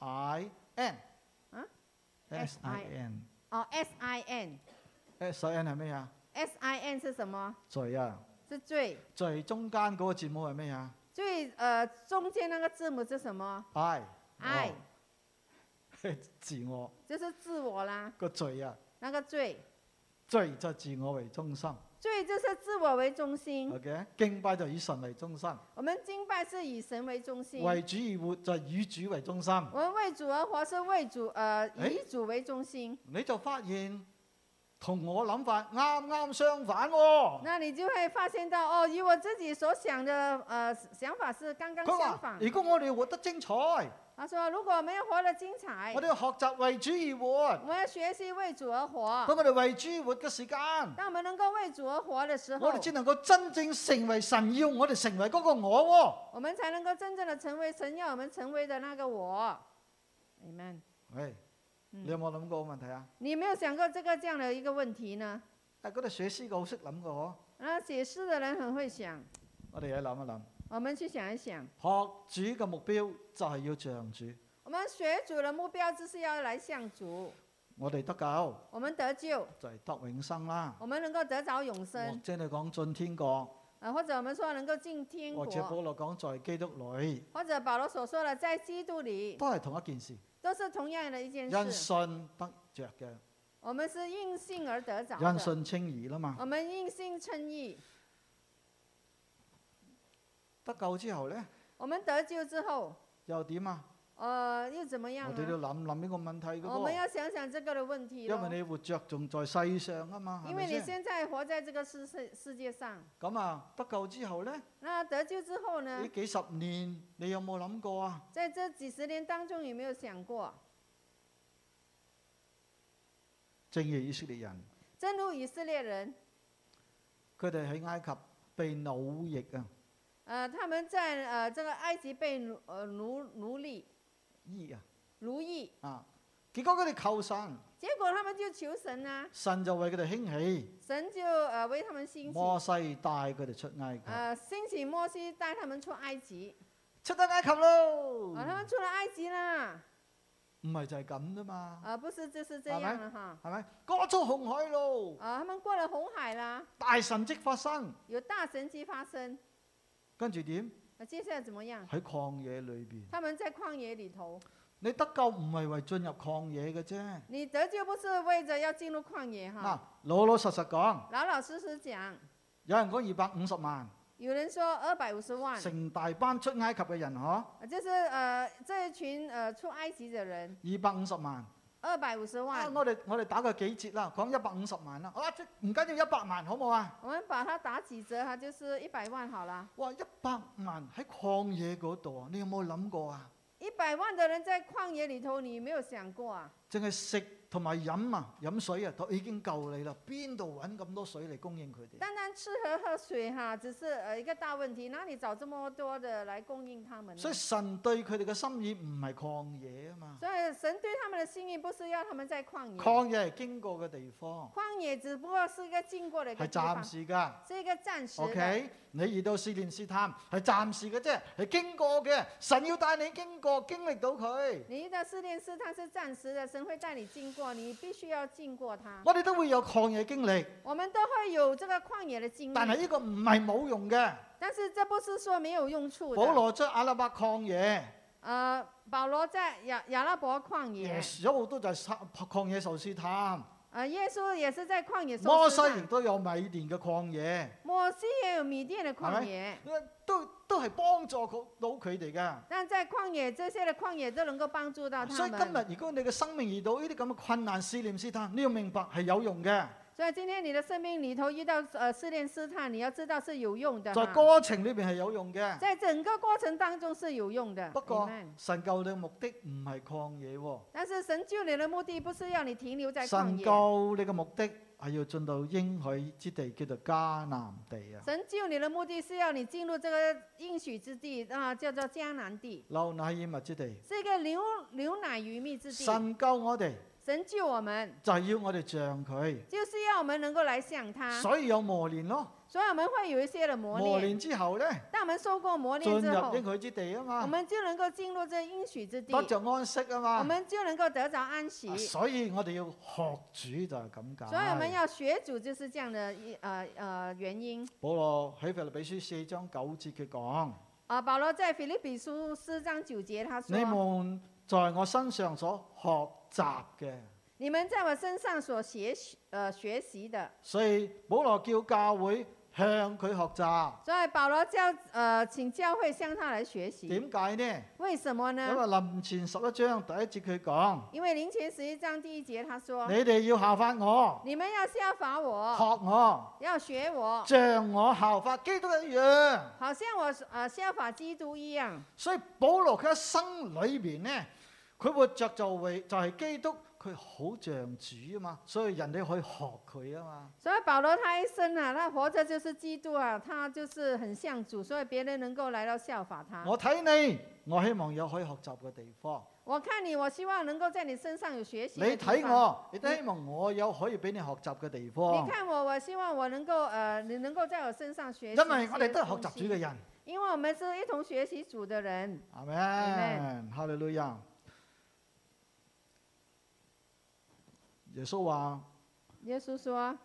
S1: I N。
S2: 啊
S1: ？S I N。
S2: 哦，S I N。
S1: S I N 係咩啊？
S2: S I N 是什么？
S1: 罪啊！
S2: 是最
S1: 罪中間嗰個字母係咩啊
S2: 最呃中間那個字母是什么
S1: ？I。
S2: ？I
S1: 哦 自我
S2: 就是自我啦，
S1: 個罪啊，
S2: 那個最
S1: 罪就自我為中心。
S2: 最就是自我為中心。
S1: OK，敬拜就以神為中心，
S2: 我們敬拜是以神為中心，
S1: 為主而活就以主為中心。
S2: 我們為主而活是為主呃
S1: 哎
S2: 以主為中心。
S1: 你就發現同我諗法啱啱相反喎。
S2: 那你就會發現到哦，與我自己所想的呃想法是剛剛
S1: 佢
S2: 相
S1: 話：
S2: 反。
S1: 如果我哋活得精彩，我
S2: 他說，如果我們要活得精彩，
S1: 哋要學習為主而活。
S2: 我們要學習為主而
S1: 當
S2: 活。
S1: 我哋為主活嘅時間，
S2: 當我們能夠為主而活的時候
S1: 我哋，先能夠真正成為神要我哋成為嗰個我
S2: 我們才能夠真正的成為神要我們成為的那個我。Amen。
S1: 喎。喂，
S2: 嗯
S1: 哎你有冇諗過個問題啊？
S2: 你有沒有想過這個這樣的一個問題呢？
S1: 啊，嗰啲寫詩嘅好識諗嘅嗬，
S2: 那寫詩的人很會想，
S1: 我哋嚟諗一
S2: 我們去想一想，
S1: 諗，學主嘅目標就係要像主，
S2: 我們學主的目標就是要來向主，
S1: 我哋得救
S2: 我們得救，
S1: 就係得永生啦，
S2: 我們能夠得着永
S1: 或
S2: 生，
S1: 者你講進天國，
S2: 啊，或者我們說能夠進天
S1: 或者
S2: 國，
S1: 保羅講在基督裏，
S2: 或者保羅所說的在基督裏，
S1: 都係同一件事，
S2: 都是同樣的一件
S1: 因
S2: 事。
S1: 信得着嘅，
S2: 我們是因信而得着
S1: 因
S2: 的，
S1: 信稱義啦嘛。
S2: 我們因信稱義。
S1: 得救之後呢，
S2: 我們得救之後，
S1: 又點啊？
S2: 呃，又怎麼樣
S1: 我哋都
S2: 呢？
S1: 要諗諗呢個問題嘅
S2: 我們
S1: 噃。
S2: 要想想這個的問題
S1: 因
S2: 咯
S1: 為。你活着仲在世上啊嘛，係
S2: 因
S1: 咪
S2: 為你
S1: 先？
S2: 現在活在這個世世世界上，
S1: 咁啊，得救之後呢，
S2: 那得救之後呢
S1: 呢？幾十年你有冇諗過啊？
S2: 在這幾十年當中，有沒有想過？
S1: 正如以色列人，
S2: 正如以色列人，
S1: 佢哋喺埃及被奴役啊
S2: 呃，他們在呃這個埃及被奴呃奴奴隸
S1: 衣啊
S2: 奴役，
S1: 啊，結果佢哋求神，
S2: 結果他們就求神啊，
S1: 神就為佢哋興起，
S2: 神就呃為他們興
S1: 摩
S2: 起，
S1: 西帶佢哋出埃及，
S2: 呃興起摩西帶他們出埃及，
S1: 出得埃及
S2: 啊、他
S1: 咯，
S2: 們出了埃及啦，
S1: 唔係就係咁啫嘛，
S2: 啊不是就是這樣了哈，
S1: 係咪？過咗紅海咯，
S2: 啊他們過了紅海啦，
S1: 大神蹟發生，
S2: 有大神蹟發生，
S1: 跟住點？
S2: 那、接下來怎麼樣？
S1: 喺曠野裏邊，
S2: 他們在曠野裡頭，
S1: 你得救唔係為進入曠野嘅啫。
S2: 你得救不是為着要進入曠野
S1: 嗱
S2: 哈，，
S1: 老老實實講，
S2: 老老實實講。
S1: 有人講二百五十萬，
S2: 有人說二百五十萬，
S1: 成大班出埃及嘅人嗬，
S2: 呃就是呃这一群呃出埃及的人，
S1: 二百五十萬。
S2: 二百五十
S1: 啊，
S2: 萬，
S1: 我哋我哋打個幾折啦，講一百五十萬啦。哇，即唔緊要一百萬好冇啊？
S2: 我們把它打幾折哈，就是一百萬好了。
S1: 哇，一百萬喺曠野嗰度啊，你有冇諗過啊？
S2: 一百万的人在旷野里头，你没有想过啊？
S1: 淨係食同埋飲啊，飲水啊，都已經夠你啦。邊度揾咁多水嚟供應佢哋？
S2: 单单吃和喝水哈，只是呃一个大问题，哪里找这么多的来供应他们呢？
S1: 所以神對佢哋嘅心意唔係曠野啊嘛，
S2: 所以神對他們的心意不是要他們在曠野，
S1: 曠野係經過嘅地方，
S2: 曠野只不過是一個經過的一個
S1: 係
S2: 地方
S1: 暫，時㗎。
S2: 是一個暫時的。
S1: OK，你遇到試煉試探係暫時嘅啫，係經過嘅。神要帶你經過，經歷到佢。
S2: 你遇到試煉試探是暫時的，神會帶你經過，你必須要經過它。
S1: 我哋都會有曠野經歷，
S2: 我們都會有這個曠野的經
S1: 但係
S2: 歷，
S1: 呢個唔係冇用嘅。
S2: 但是這不是說沒有用處
S1: 保
S2: 的。
S1: 羅將阿拉伯曠野，
S2: 呃，保羅在亞亞拉伯曠野
S1: 耶，穌都就係撒曠野受試探，
S2: 呃，耶穌也是在曠野受
S1: 摩西
S2: 試探
S1: 亦都有米甸嘅曠野。
S2: 摩西也有米甸的曠野，
S1: 都都係幫助佢到佢哋噶。
S2: 但在曠野這些的曠野都能夠幫助到
S1: 所
S2: 他
S1: 以今
S2: 們。
S1: 日如果你嘅生命遇到呢啲咁嘅困難、試煉、試探，你要明白係有用嘅。
S2: 所以今天你的生命里头遇到呃试炼试探，你要知道是有用的
S1: 在
S2: 哈，
S1: 過程裏邊係有用嘅。
S2: 在整个过程当中是有用的。
S1: 不過
S2: Amen
S1: 神救你嘅目的唔係抗野喎，
S2: 但是神救你的目的不是要你停留在旷
S1: 神
S2: 野，
S1: 救你嘅目的係要進到應許之地，叫做迦南地啊。
S2: 神救你的目的是要你进入这个应许之地啊，叫做迦南地，
S1: 流奶與蜜之地。
S2: 是一个流流奶与蜜之地。
S1: 神救我哋
S2: 神救我们，
S1: 就係要我哋像佢，
S2: 就是要我们能够来想他，
S1: 所以有磨練咯。
S2: 所以我们会有一些的磨
S1: 磨
S2: 练。
S1: 練之後呢，
S2: 当我们受过磨
S1: 進
S2: 练之
S1: 入
S2: 后，
S1: 應許之地啊
S2: 我
S1: 嘛，
S2: 们就能够进入这应许之地，
S1: 得着安息啊嘛。
S2: 我们就能够得着安息
S1: 啊。所以我哋要學主就係咁
S2: 所以我
S1: 解。
S2: 们要学主就是这样的一呃呃原因
S1: 保羅喺腓立比書四章九節佢講：
S2: 啊、保罗在腓立比书四章九节他说：“
S1: 你們在我身上所學習嘅，
S2: 你们在我身上所学习呃学习的。
S1: 所以保羅叫教會向佢學習。”
S2: 所以保罗教呃请教会向他来学习。
S1: 點解呢？
S2: 为什么
S1: 因
S2: 呢？
S1: 為林前十一章第一節佢講：
S2: 因为林前十一章第一节他说
S1: 你哋要效法我，：“
S2: 你们要效法
S1: 學
S2: 我，
S1: 我，
S2: 要学我，
S1: 像我效法基督一樣。
S2: 好像我呃效法基督一样。
S1: 所以保羅佢一生裏邊呢，佢活着就為就係、基督，佢好像主啊嘛，所以人哋可以學佢啊嘛。”
S2: 所以保罗他一生啊，他活着就是基督啊，他就是很像主，所以别人能够来到效法他。
S1: 我睇你，我希望有可以學習嘅地方。
S2: 我看你，我希望能够在你身上有学习。
S1: 你睇，我，
S2: 啊
S1: 你都希望我有可以俾你學習嘅地方
S2: 你。看我，我希望我能够呃，你能够在我身上学
S1: 因
S2: 习。
S1: 為我哋都係學習主嘅，人，
S2: 因为我们是一同学习主的人。
S1: 係咪？哈利路亞。耶穌話：
S2: 耶穌说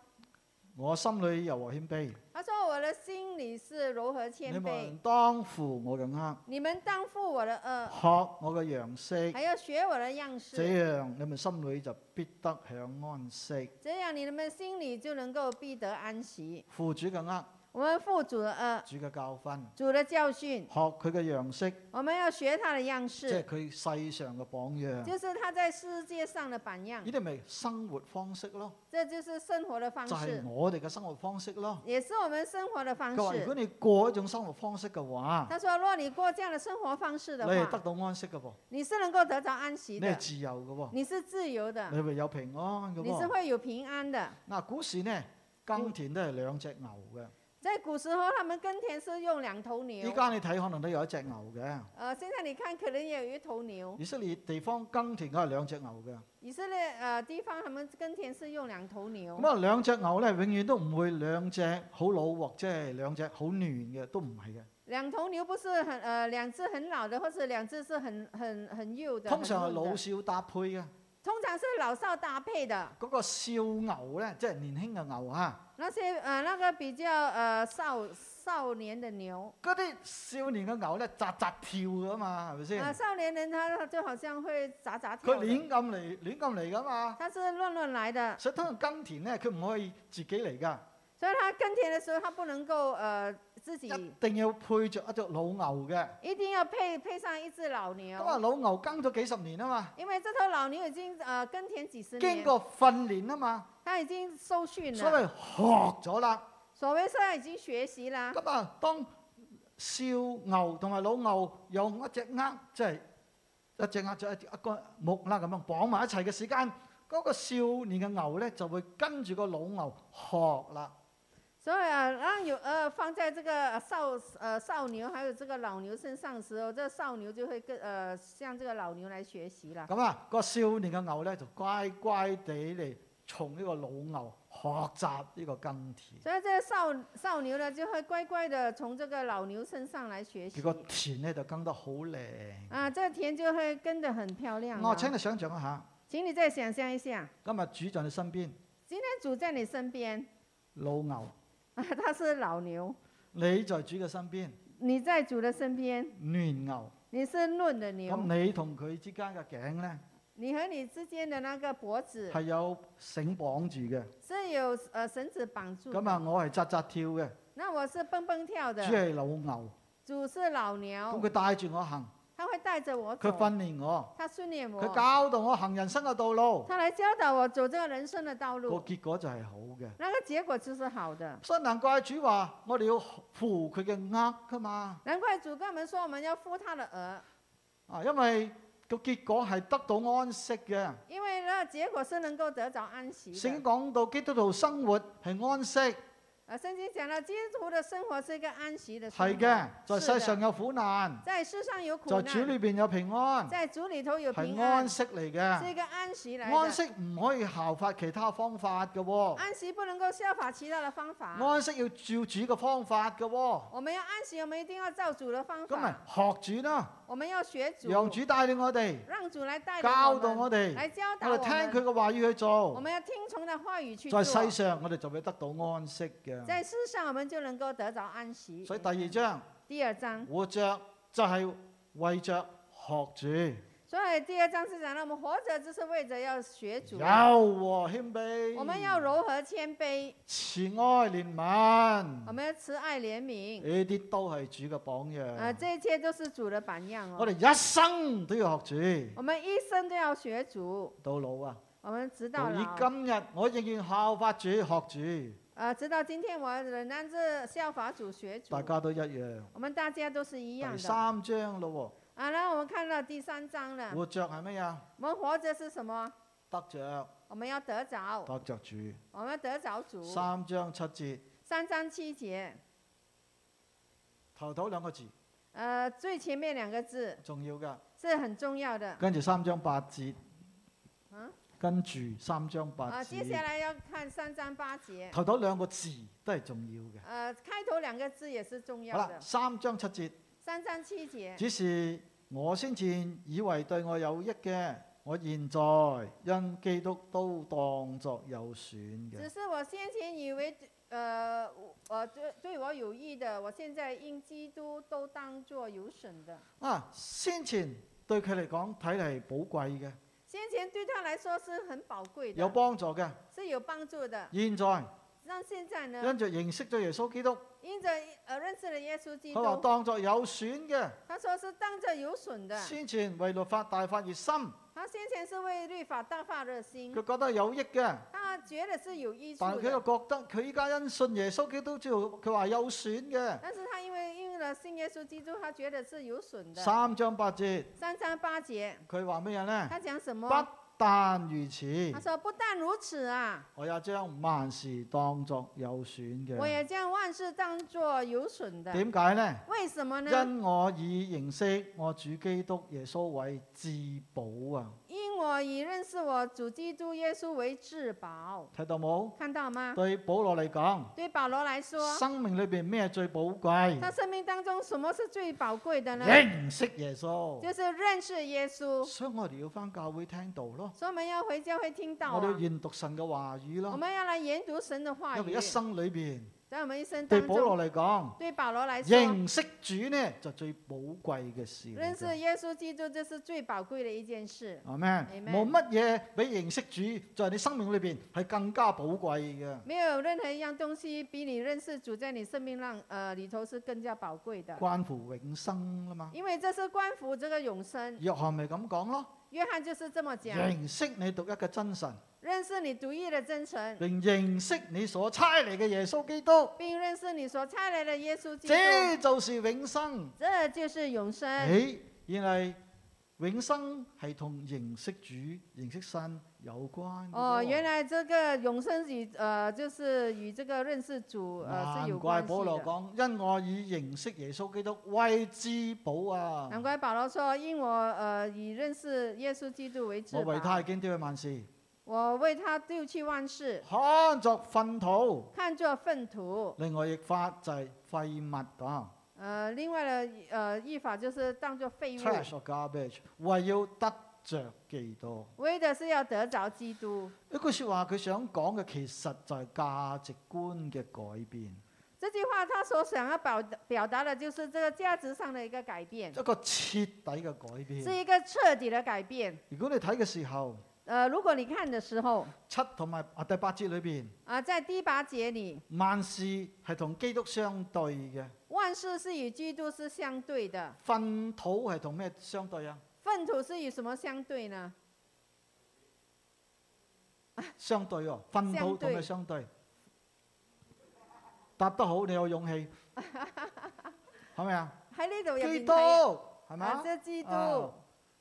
S1: 我心裏柔和謙卑，：“
S2: 他说我的心里是柔和谦
S1: 你
S2: 卑，
S1: 們當負我嘅軛，
S2: 你们当负我的恶，
S1: 學我嘅樣式。
S2: 还要学我的样
S1: 這
S2: 式，
S1: 樣你們心裏就必得享安息。
S2: 这样你们心里就能够必得安息。
S1: 父主嘅呃，”
S2: 我们负主的恶，
S1: 主嘅教訓，
S2: 主的教训，
S1: 學佢嘅樣式，
S2: 我们要学他的样
S1: 即係
S2: 式，
S1: 佢世上嘅榜樣。呢
S2: 就是他在世界上的榜样，
S1: 啲咪生活方式咯，
S2: 这就是生活的方
S1: 就係
S2: 式。
S1: 我哋嘅生活方式咯。
S2: 也是我们生活的方
S1: 佢話：如果
S2: 式。
S1: 你過一種生活方式嘅話，
S2: 他说，若你过这样的生活方式
S1: 你
S2: 的
S1: 係得
S2: 话，
S1: 到安息嘅噃，
S2: 你是能够得着安息
S1: 你
S2: 的
S1: 係，自由嘅
S2: 你是自由
S1: 喎，
S2: 的，
S1: 你會有平安嘅
S2: 你是
S1: 喎。
S2: 会有平安的。
S1: 嗱，古時呢，耕田都係兩隻牛嘅，
S2: 在古时候，他们耕田是用两头
S1: 依
S2: 牛，
S1: 家你睇可能都有一隻牛嘅。
S2: 呃，现在你看可能也有一头牛。
S1: 以色列地方耕田都係兩隻牛嘅。
S2: 以色列呃地方，他们耕田是用两头牛
S1: 咁，啊，兩隻牛咧，永遠都唔會兩隻好老或者係兩隻好嫩嘅，都唔係嘅。
S2: 两头牛不是很呃两只很老的，或者两只是很很很幼的，
S1: 通常係
S2: 很嫩
S1: 老
S2: 的
S1: 少搭配嘅。
S2: 通常是老少搭配的。
S1: 嗰、個少牛咧，即係年輕嘅牛啊！
S2: 那些呃那个比较呃少少年的牛，
S1: 嗰啲少年嘅牛咧，扎扎跳噶嘛，係咪
S2: 啊，
S1: 先？
S2: 少年人他就好像会咋咋
S1: 佢
S2: 跳的，
S1: 亂咁嚟，亂咁嚟噶嘛。
S2: 他是乱乱来的，
S1: 所以通常耕田咧，佢唔可以自己嚟噶，
S2: 所以他耕田的时候他不能够呃自己，
S1: 一定要配着一隻老牛嘅。
S2: 一定要配配上一只老
S1: 咁啊，
S2: 牛，
S1: 老牛耕咗幾十年啊嘛，
S2: 因为这头老牛已经呃耕田几十
S1: 經
S2: 年，
S1: 過訓練啊嘛，
S2: 他已经受训啊
S1: 所
S2: 了，
S1: 以學咗啦。
S2: 所谓是他已经学习啦。
S1: 咁啊啊，當少牛同埋老牛有一隻握，即係一隻鴨仔一一個木啦咁樣綁埋一齊嘅時間，嗰、個少年嘅牛咧就會跟住個老牛學啦。
S2: 所以啊，让有呃放在这个呃少呃少牛还有这个老牛身上的时候，这少牛就会跟呃向这个老牛来学习了。
S1: 咁啊，個少年嘅牛咧就乖乖地嚟從呢個老牛學習呢個耕田，
S2: 所以这少少牛呢，就会乖乖的从这个老牛身上来学习
S1: 結。果田咧就耕得好靚。
S2: 啊，这田就会跟得很漂亮了。
S1: 我請你想象一下，
S2: 请你再想象一下，
S1: 今日主在你身邊，
S2: 今天主在你身边，
S1: 老牛，
S2: 啊，他是老牛，
S1: 你在主嘅身邊，
S2: 你在主的身边，
S1: 嫩牛。
S2: 你是嫩的牛，
S1: 咁你同佢之間嘅頸咧
S2: 你和你之间的那个脖子
S1: 係有繩綁住嘅。
S2: 是有呃绳子绑住的。
S1: 咁啊，我係扎扎跳嘅，
S2: 那我是蹦蹦跳
S1: 主
S2: 的。
S1: 係老牛。
S2: 主是老
S1: 咁
S2: 牛，
S1: 佢帶住我行，
S2: 他会带着我
S1: 佢
S2: 走，
S1: 訓練我，
S2: 他训练
S1: 佢
S2: 我，
S1: 教導我行人生嘅道路，
S2: 他来教導我走这个人生的道
S1: 個
S2: 路，
S1: 結果就係好嘅。
S2: 那个结果就是好的。
S1: 所以難怪主話：我哋要扶佢嘅軛噶嘛，
S2: 难怪主跟我们说，我们要敷他的额，
S1: 啊，因為個結果係得到安息嘅。
S2: 因为那结果是能够得着安息
S1: 聖經
S2: 的。
S1: 講到基督徒生活係安息。
S2: 呃，圣经讲了，基督徒的生活是一个安息的生
S1: 係嘅，在
S2: 活，
S1: 世
S2: 是
S1: 上
S2: 的，
S1: 有苦難，
S2: 在世上有苦
S1: 在主
S2: 难，
S1: 裏邊有平安，
S2: 在主里头有平
S1: 係
S2: 安
S1: 安，息嚟
S2: 是
S1: 嘅。
S2: 一个安息来
S1: 安
S2: 的。
S1: 息唔可以效法其他方法嘅喎，
S2: 安息不能够效法其他的方法，
S1: 安息要照主嘅方法嘅喎。
S2: 我们要安息，我们一定要照主的方
S1: 咁咪
S2: 法，
S1: 學主啦，
S2: 我们要学主，
S1: 讓主帶領我哋，
S2: 让主来带领
S1: 教導
S2: 们。
S1: 我哋，
S2: 来教导
S1: 我
S2: 我
S1: 哋聽
S2: 们，
S1: 佢嘅話語去
S2: 我
S1: 做。
S2: 们要听从他话语去做
S1: 在。世上，我哋就會得到安息嘅。
S2: 在世上，我们就能够得着安息。
S1: 所以第二章
S2: 第二章，
S1: 活着就係為着學
S2: 所以第二章是讲到我们活着就是为着要学
S1: 主，
S2: 主
S1: 柔，和謙
S2: 我们要
S1: 卑，
S2: 柔和谦卑，
S1: 慈爱憐憫。
S2: 我们要慈爱怜悯，
S1: 呢啲都係主嘅榜
S2: 啊，
S1: 樣。
S2: 这一切都是主的榜样
S1: 哎我
S2: 哦。
S1: 哋一生都要學主，
S2: 我们一生都要学主，
S1: 到老啊！
S2: 我们直到
S1: 到以
S2: 老，
S1: 今日，我仍然效法主、學主，
S2: 呃，直到今天，我仍然是效法主学主
S1: 大。家都一樣。
S2: 我们大家都是一样
S1: 第
S2: 的。
S1: 三章咯
S2: 啊，那我们看到第三章
S1: 喎，
S2: 了，
S1: 活着係乜嘢？
S2: 我们活着是什么？
S1: 得着，
S2: 我们要得着，
S1: 得着主。
S2: 我们要得着主。
S1: 三章七節，
S2: 三章七节，
S1: 頭頭兩個字
S2: 呃，最前面两个字
S1: 重要㗎。
S2: 是很重要的。
S1: 跟住三章八節，
S2: 啊
S1: 跟住三章八
S2: 啊，接下
S1: 節，
S2: 来要看三章八节，
S1: 頭頭兩個字都係重要嘅。
S2: 呃，开头两个字也是重
S1: 好
S2: 要
S1: 啦，
S2: 的。
S1: 三章七節。
S2: 三章七节，
S1: 只是我先前以為對我有益嘅，我現在因基督都當作有損嘅
S2: 只。是我先前以为，呃，我呃对对我有益的，我现在因基督都当作有损的。
S1: 啊，先前對佢嚟講睇嚟係寶貴嘅，
S2: 先前对他来说是很宝贵
S1: 有
S2: 的，
S1: 幫助嘅。
S2: 是有帮助的。
S1: 現在
S2: 那现在呢，
S1: 因着認識咗耶穌基督，
S2: 因着呃认识了耶稣基
S1: 佢話
S2: 督，
S1: 當作有損嘅。
S2: 他说是当作有损的。
S1: 先前為律法大發熱心，
S2: 他先前是为律法大发热心，
S1: 佢覺得有益嘅，
S2: 他觉得是有益
S1: 但
S2: 处
S1: 係佢又
S2: 的，
S1: 覺得佢依家因信耶穌基督之後，佢話有損嘅。
S2: 但是他因为因了信耶稣基督，他觉得是有损的。
S1: 三章八節，
S2: 三章八节，
S1: 佢話乜嘢呢？
S2: 他讲什
S1: 不
S2: 么？
S1: 但如此
S2: 他。说：不但如此啊，
S1: 我也將萬事當作有損
S2: 我
S1: 嘅。
S2: 也将万事当作有损的。
S1: 點解呢？
S2: 为什么呢？
S1: 因我以認識我主基督耶穌為至寶啊！
S2: 因我已认识我主基督耶稣为至宝，
S1: 睇到冇？
S2: 看到吗？
S1: 對保羅嚟講，
S2: 对保罗来说，
S1: 生命裏邊咩最寶
S2: 他
S1: 貴？
S2: 生命当中什么是最宝贵的呢？
S1: 認識耶穌。
S2: 就是认识耶稣。
S1: 所以我哋要翻教會聽道咯，
S2: 所以我们要回教会听到
S1: 我哋要
S2: 啊。
S1: 研讀神嘅話語
S2: 我
S1: 咯。
S2: 们要来研讀神的话
S1: 因為
S2: 语
S1: 一，生裏邊，
S2: 在我们一生
S1: 對
S2: 当
S1: 保
S2: 中，
S1: 羅嚟講，
S2: 对保羅来说，
S1: 認識主呢就最寶貴嘅事嚟
S2: 认
S1: 㗎
S2: 识。耶穌基督这是最宝貴的一件事，
S1: 阿咩？
S2: Amen
S1: 冇乜嘢比認識主在你生命裏邊係更加寶貴嘅。
S2: 没有任何一样東西比你認識主在你生命上呃里頭是更加寶貴的，
S1: 關乎永生啦嘛。
S2: 因為這是關乎這個永生。
S1: 約翰咪咁講咯，
S2: 約翰就是這麼講：
S1: 認識你獨一嘅真神，
S2: 認識你獨一的真神，
S1: 並認識你所差嚟嘅耶穌基督，
S2: 並認識你所差來的耶穌基督，
S1: 這就是永生。
S2: 嗯
S1: 哎
S2: 這就是永生。
S1: 誒，原來永生係同認識主、認識神有關嘅
S2: 哦，
S1: 喎
S2: 原来这个永生与呃，就是与这个认识主呃是有
S1: 難
S2: 关
S1: 怪
S2: 系
S1: 保羅
S2: 的。
S1: 講：因我以認識耶穌基督為至寶啊！
S2: 难怪保罗说：“因我呃以认识耶稣基督为至
S1: 我為他
S2: 宝
S1: 已，經丟去萬事，
S2: 我為他丢弃万事，
S1: 看作糞土。
S2: 看作粪土。
S1: 另外譯法就係廢物啊
S2: 呃，另外呢，呃，译法就是当作废物，
S1: ，trash or garbage，為要得着基督。
S2: 为的是要得着基督。
S1: 一句説話，佢想講嘅其實就係價值觀嘅改變，
S2: 这句话他所想要表表達的就是这個價值上的一個改變，
S1: 一個徹底嘅改
S2: 是
S1: 變。
S2: 一個徹底的改變。
S1: 如果你睇嘅時候，
S2: 呃，如果你看的時候
S1: 七同埋啊第八節裏邊，
S2: 啊、在第八節里，
S1: 萬事係同基督相對嘅，
S2: 萬事是與基督是相對的，
S1: 糞土係同咩相對啊？
S2: 糞土是與什麼相對呢？
S1: 相對喎、糞土
S2: 相
S1: 同
S2: 對
S1: 咩相對？答得好，你有 勇氣，係咪啊？
S2: 喺呢度入
S1: 基
S2: 面
S1: 督
S2: 睇
S1: 係咪
S2: 啊，
S1: 啊？
S2: 這基督，
S1: 啊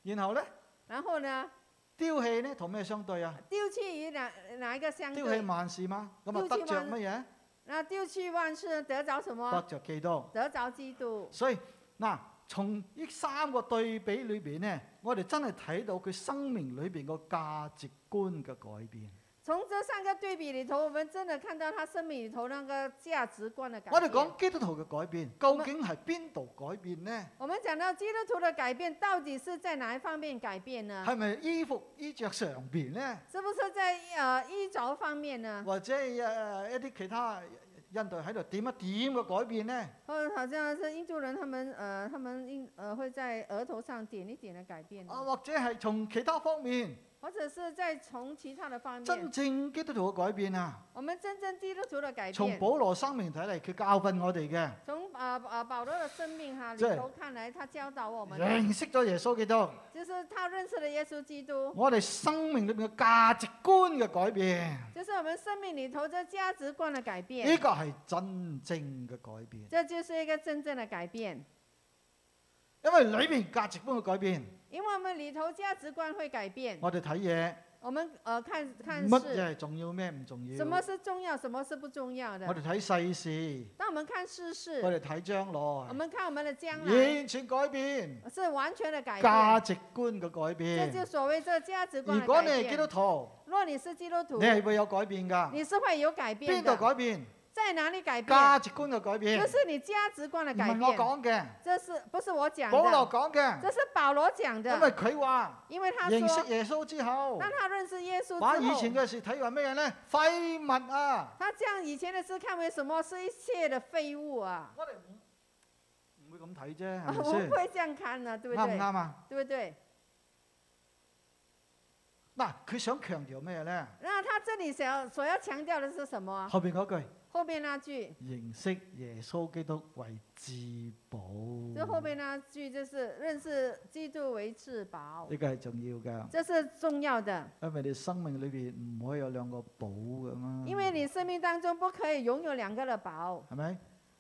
S1: 然後咧，
S2: 然後呢，
S1: 丟棄呢同咩相對啊？
S2: 丟棄與哪哪一個相
S1: 丟棄
S2: 對？
S1: 萬事嘛，咁啊
S2: 丟
S1: 得
S2: 棄
S1: 着
S2: 萬
S1: 乜嘢？
S2: 那丟棄萬事得着什
S1: 得
S2: 麼？
S1: 着基督。
S2: 得着基督。
S1: 所以嗱，從呢三個對比裏邊呢，我哋真係睇到佢生命裏邊個價值觀嘅改變。
S2: 從這三個對比裏頭，我們真的看到他生命裏頭那個價值觀的改
S1: 我哋
S2: 變。
S1: 講基督徒嘅改變，究竟係邊度改變呢？
S2: 我们讲到基督徒的改变，到底是在哪一方面改变呢？
S1: 係咪衣服衣着上邊呢？
S2: 是不是在呃衣着方面呢？
S1: 或者誒、呃一啲其他印度喺度點一點嘅改變呢？
S2: 或者好像是印度人他们呃他们印呃会在额头上点一点的改变呢，
S1: 啊，或者係從其他方面
S2: 或者是在从其他的方
S1: 真
S2: 面，
S1: 正基督徒嘅改變啊？
S2: 我们真正基督徒的改
S1: 從
S2: 变，
S1: 保羅生命睇嚟，佢教訓我哋嘅
S2: 从呃呃保罗的生命哈里
S1: 即係
S2: 头看来，他教导我们的，
S1: 認識咗耶穌基督。
S2: 就是他认识了耶稣基督，
S1: 我哋生命裏面嘅價值觀嘅改變，
S2: 就是我们生命里头的价值观的改
S1: 呢
S2: 变，
S1: 個係真正嘅改變，
S2: 这就是一个真正的改变，
S1: 因為裏面價值觀嘅改變，
S2: 因为我们里头价值观会改变。
S1: 我哋睇嘢
S2: 我们呃看看
S1: 乜嘢
S2: 事，
S1: 係重要，咩唔重要
S2: 什。么是重要，什么是不重要
S1: 我
S2: 的。
S1: 哋睇世事，
S2: 当我们看世
S1: 我
S2: 事，
S1: 哋睇將
S2: 我
S1: 來，
S2: 们看我们的将来
S1: 完全改變
S2: 是完全的改
S1: 價
S2: 变，
S1: 值觀嘅改
S2: 这就
S1: 變。
S2: 所谓这价值观
S1: 如
S2: 的
S1: 果
S2: 改
S1: 你係基督
S2: 变。
S1: 徒，
S2: 若你是基督徒
S1: 你，係會有改變㗎。
S2: 你是会有改
S1: 邊
S2: 变
S1: 度
S2: 的。
S1: 改變？
S2: 在哪里改变？
S1: 價值觀嘅改變
S2: 这，是你价值观的
S1: 唔
S2: 改
S1: 係我
S2: 变。
S1: 講嘅，
S2: 这是不是我讲
S1: 保羅
S2: 的？
S1: 講嘅，
S2: 这是保罗讲
S1: 因為
S2: 的，
S1: 佢話
S2: 因为他
S1: 認識
S2: 说，
S1: 耶穌之後。
S2: 当他认识耶稣
S1: 把以
S2: 之
S1: 前
S2: 后，
S1: 嘅事睇為咩呢？廢物啊！
S2: 他将以前的事看为什么是一切的废物啊！
S1: 我哋唔唔會咁睇啫，
S2: 我
S1: 係咪
S2: 们
S1: 先？
S2: 会这样看呢，对不
S1: 啱唔
S2: 对？
S1: 啱啊？
S2: 对不对？
S1: 嗱，佢想強調咩呢？
S2: 那他这里想要所要强调的是什么啊？
S1: 後邊嗰句
S2: 后面那句，
S1: 認識耶穌基督為至寶，
S2: 这后面那句就是认识基督为至宝
S1: 呢，個係重要㗎，
S2: 这是重要的，
S1: 因為你生命裏邊唔可以有兩個寶㗎嘛。
S2: 因为你生命当中不可以拥有兩個的寶。
S1: 係咪？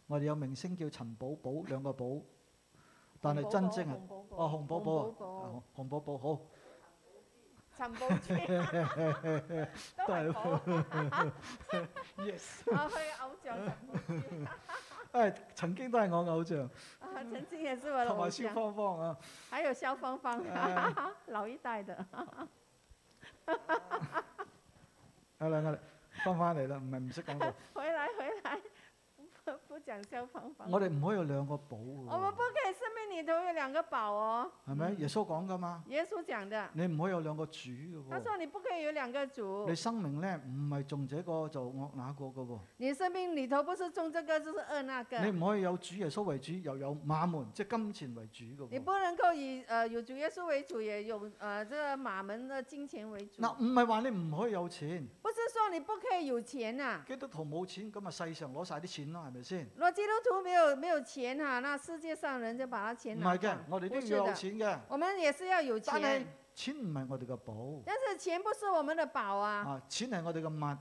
S1: 我哋有明星叫陳寶寶，兩個寶，但係真正係
S2: 紅寶寶
S1: 哦紅寶寶啊
S2: 紅寶
S1: 啊，紅紅寶寶好。
S2: 陳寶 珠都係寶，
S1: Yes，
S2: 啊，佢偶像陳寶珠
S1: 誒曾經都係我偶像，
S2: 啊，曾經也是我的
S1: 同
S2: 偶
S1: 埋蕭
S2: 像，
S1: 芳芳啊。
S2: 還有蕭芳芳，
S1: 啊
S2: 老一代的。
S1: 好啦，我哋翻返嚟啦，唔係唔識講到，
S2: 回來回來，不不講蕭芳芳，
S1: 我哋唔可以有兩個寶
S2: 我們
S1: 嘅
S2: 不可以生命里頭有兩個寶哦，
S1: 喎，係咪？耶穌講噶嘛，
S2: 耶穌講的。
S1: 你唔可以有兩個主嘅
S2: 他
S1: 喎。
S2: 说：“你不可以有两个主
S1: 你，生命咧唔係種這個就惡那個嘅喎，
S2: 你生命里头不是种这个就是恶那个，
S1: 你唔可以有主耶穌為主，又有馬門即係金錢為主嘅
S2: 你
S1: 喎。
S2: 不能够以呃有主耶稣为主，也有呃这个马门的金钱为主。
S1: 嗱，唔係話你唔可以有錢，
S2: 不是說你不可以有钱呐、
S1: 基督徒冇錢咁啊，世上攞晒啲錢啦，係咪先？
S2: 如果基督徒没有没有钱哈、那世界上人就把他钱
S1: 唔
S2: 拿
S1: 係
S2: 光
S1: 嘅，。我哋都
S2: 不是
S1: 要有
S2: 的，
S1: 錢嘅，
S2: 我们也是要有
S1: 但係
S2: 钱，
S1: 錢唔係我哋嘅寶
S2: 但是钱不是我们的宝啊，
S1: 啊，錢係我哋嘅物，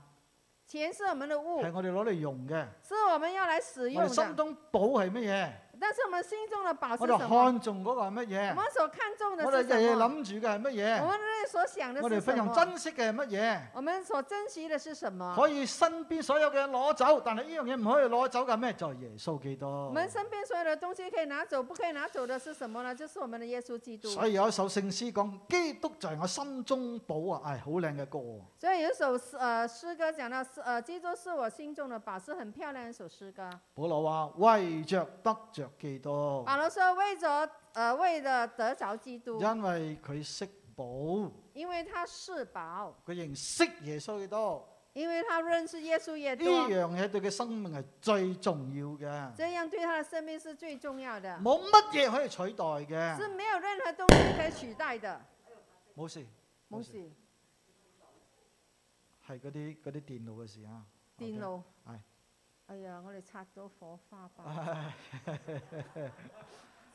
S2: 钱是我们的物
S1: 係，我哋攞嚟用嘅。
S2: 是我们要来使
S1: 我哋
S2: 用
S1: 心
S2: 的。
S1: 中寶係乜嘢？
S2: 但是我们心中的宝是
S1: 我
S2: 什
S1: 哋
S2: 么？
S1: 看重嗰個係乜
S2: 我
S1: 嘢？
S2: 们所看重的
S1: 我哋
S2: 是
S1: 日日
S2: 什么？
S1: 諗住嘅係乜
S2: 我
S1: 嘢？
S2: 们日日所想的
S1: 我哋
S2: 是
S1: 非
S2: 什
S1: 常
S2: 么？
S1: 珍惜嘅係乜嘢？
S2: 我们所珍惜的是什么？
S1: 可以身邊所有嘅嘢攞走，但係呢樣嘢唔可以攞走嘅咩？就係耶穌基
S2: 我
S1: 督。
S2: 们身边所有的东西可以拿走，不可以拿走的是什么呢？就是我们的耶稣基督。
S1: 所以有一首聖詩講：基督就係我心中寶啊！唉、好靚嘅歌喎。
S2: 所以有一首诗呃诗歌讲到，是呃基督是我心中的宝，是很漂亮的一首诗歌。
S1: 保羅話：為着得着基督，
S2: 保罗说，为着呃为了得着基督，
S1: 因為佢識寶，
S2: 因为他是宝，
S1: 佢認識耶穌基督。
S2: 因为他认识耶稣越
S1: 呢
S2: 多，
S1: 樣嘢對佢生命係最重要嘅，
S2: 这样对他的生命是最重要的，
S1: 冇乜嘢可以取代嘅。
S2: 是没有任何东西可以取代的。
S1: 冇事，
S2: 冇事，
S1: 係嗰啲嗰啲電腦嘅事啊。
S2: 電腦。
S1: 係
S2: 哎呀，我哋拆咗火花吧，
S1: OK。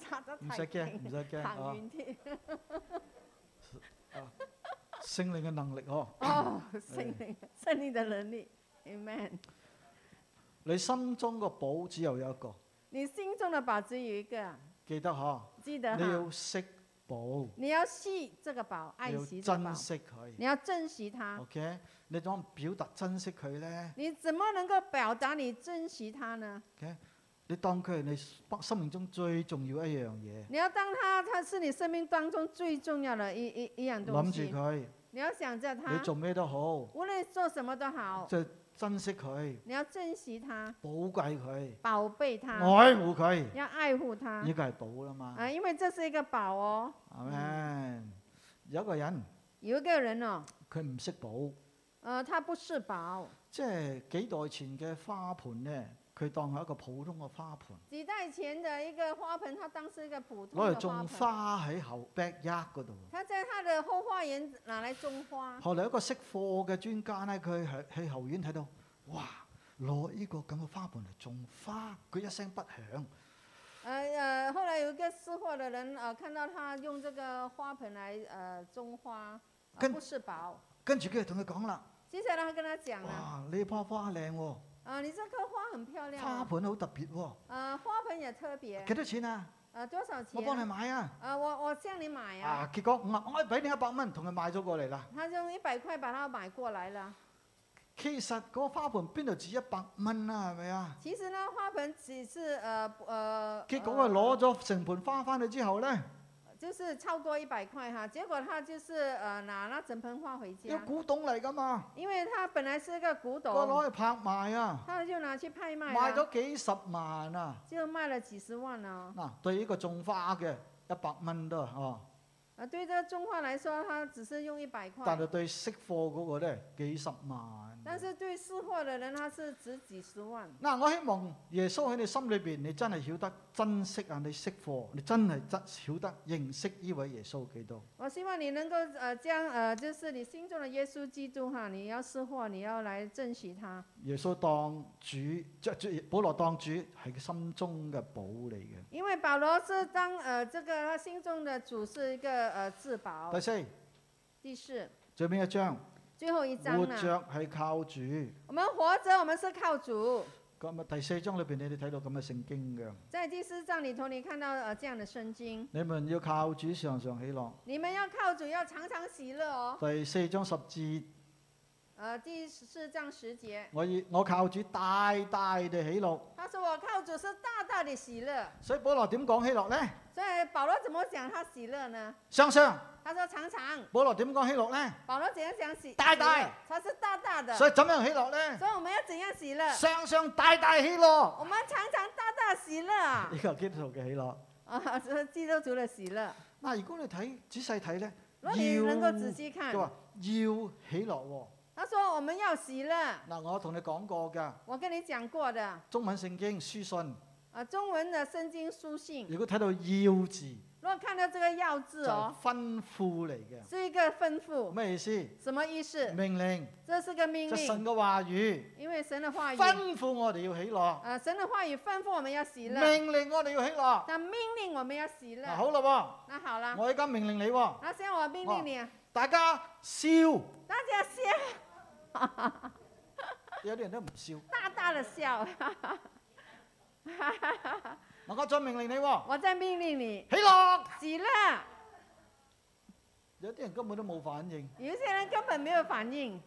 S2: 拆得
S1: 啊唔
S2: 太
S1: 使驚，唔
S2: 勁，
S1: 使驚
S2: 行
S1: 啊！
S2: 遠啲。
S1: 聖靈嘅能力哦，
S2: 哦，聖靈，聖靈的能力，Amen。
S1: 你心中個寶只有一個，
S2: 你心中的宝只有一个，啊
S1: 記得嗬，
S2: 记得
S1: 你
S2: 哈，
S1: 要識寶，
S2: 你要惜这个宝，
S1: 你
S2: 爱
S1: 要
S2: 惜这个宝
S1: 珍，惜哦佢。
S2: 你要珍惜它。
S1: OK，你點樣表達珍惜佢咧？
S2: 你怎么能够表达你珍惜它呢？
S1: 你當佢係你生命中最重要一樣嘢，
S2: 你要当它，它是你生命当中最重要的一一一样东
S1: 諗住
S2: 西。
S1: 佢，
S2: 你要想着
S1: 你
S2: 它，
S1: 做咩都好，
S2: 无论做什么都好，
S1: 就珍惜佢，
S2: 你要珍惜它，
S1: 寶貴佢，
S2: 宝贝它，
S1: 愛護佢，
S2: 要愛护它
S1: 呢個係寶啦嘛，
S2: 啊，因为这是一个宝哦。
S1: 係咪？有一個人
S2: 有一个人哦，
S1: 佢唔識寶。
S2: 呃，他不是宝，
S1: 即係幾代前嘅花盆呢，佢當係一個普通嘅花盆，
S2: 几代前的一个花盆，他当时一个普通
S1: 攞
S2: 的
S1: 嚟
S2: 花
S1: 種
S2: 盆，
S1: 花喺後 backyard 嗰度。
S2: 他在他的后花园拿来种花。
S1: 後嚟一個識貨嘅專家呢，佢喺喺後院睇到，哇！攞呢個咁嘅花盆嚟種花，佢一聲不響。
S2: 呃呃，后来有一个识货的人呃，看到他用这个花盆来呃种花，呃、
S1: 跟
S2: 不是宝。
S1: 跟住佢就同佢講啦：，
S2: 接下来他跟他讲了，啊、
S1: 哇！呢棵花靚喎，
S2: 你这棵花很漂亮、
S1: 花
S2: 啊，
S1: 盆好特別喎，
S2: 呃，花盆也特别，
S1: 幾多錢啊？
S2: 呃，多少
S1: 我幫你
S2: 钱？
S1: 買啊！
S2: 呃，我我向你买啊，
S1: 啊，結果我我俾你一百蚊，同佢買咗過嚟啦。
S2: 他用一百块把它买过来了。
S1: 其實嗰個花盆邊度止一百蚊啊？係咪啊？
S2: 其实呢，花盆只是呃不呃，
S1: 結果
S2: 呃
S1: 佢攞咗成盆花翻去之後呢。
S2: 就是超过一百块哈，结果他就是呃拿那整盆花回
S1: 要
S2: 家，
S1: 古董嚟噶嘛，
S2: 因为他本来是个古
S1: 我
S2: 董，
S1: 攞去拍賣啊，
S2: 他就拿去拍卖
S1: 賣
S2: 了，
S1: 咗幾十萬啊！
S2: 就卖了几十万啊了。
S1: 嗱，對呢個種花嘅一百蚊都係哦，
S2: 啊，对这个中化来说，他只是用一百
S1: 但
S2: 块，
S1: 係對識貨嗰個咧幾十萬。
S2: 但是对识货的人，他是值几十万。
S1: 嗱，我希望耶穌喺你心裏邊，你真係曉得珍惜啊！你識貨，你真係真曉得認識呢位耶穌基督。
S2: 我希望你能够呃将呃就是你心中的耶稣基督哈，你要识货，你要来珍惜他。
S1: 耶穌當主，即即保羅當主係佢心中嘅寶嚟嘅。
S2: 因为保罗是当呃这个他心中的主是一个呃至宝
S1: 第。四，
S2: 第四，
S1: 最尾一章，
S2: 最后一章啊
S1: 活
S2: 了。
S1: 着係靠主。
S2: 我们活着，我们是靠主。
S1: 咁啊，第四章裏邊你哋睇到咁嘅聖經嘅。
S2: 在第四章里头，你看到呃这样的圣经，
S1: 你們要靠主常常喜樂。
S2: 你们要靠主，要常常喜乐哦。
S1: 第四章十節，
S2: 呃，第四章十节，
S1: 我以我靠主大大地喜樂。
S2: 他说我靠主是大大的喜乐。
S1: 所以保羅點講喜樂呢？
S2: 所以保罗怎么讲他喜乐呢？
S1: 常常，
S2: 他说常常。
S1: 保羅點講喜樂呢？
S2: 保罗怎样讲喜？
S1: 大大
S2: 喜乐，他是大大的。
S1: 所
S2: 所
S1: 以怎樣喜樂呢？
S2: 以我们要怎样喜乐？
S1: 常常大大喜樂。
S2: 我们常常大大喜乐啊！
S1: 呢個基督徒嘅喜樂。
S2: 啊，这是基督徒的喜乐。
S1: 嗱，如果你睇仔細睇呢，
S2: 如果你能够仔
S1: 要
S2: 细看
S1: 佢，話要喜樂喎。
S2: 他说我们要喜乐。
S1: 嗱，我同你講過㗎，
S2: 我跟你讲过的。
S1: 中文聖經書信，
S2: 啊，中文的圣经书信，
S1: 如果睇到要字
S2: 如果看到这个“要”字
S1: 就
S2: 哦，
S1: 係吩咐嚟嘅，
S2: 是一个吩咐，
S1: 咩意思？
S2: 什么意思？
S1: 命令，
S2: 这是个命
S1: 就神
S2: 令，
S1: 嘅話語。
S2: 因为神的话语，
S1: 吩咐我哋要喜樂，
S2: 呃，神的话语吩咐我们要喜乐，
S1: 命令我哋要喜樂。
S2: 那命令我们要喜
S1: 嗱，
S2: 乐。
S1: 好啦
S2: 那好
S1: 喎，
S2: 了，
S1: 我而家命令你喎，
S2: 那现在我命令你，
S1: 大家笑。
S2: 大家笑，
S1: 有啲人都唔笑。
S2: 大大的笑。
S1: 我而家再命令你喎，
S2: 我在命令你
S1: 起落。
S2: 起乐。
S1: 有啲人根本都冇反應。
S2: 有一些人根本沒有反應。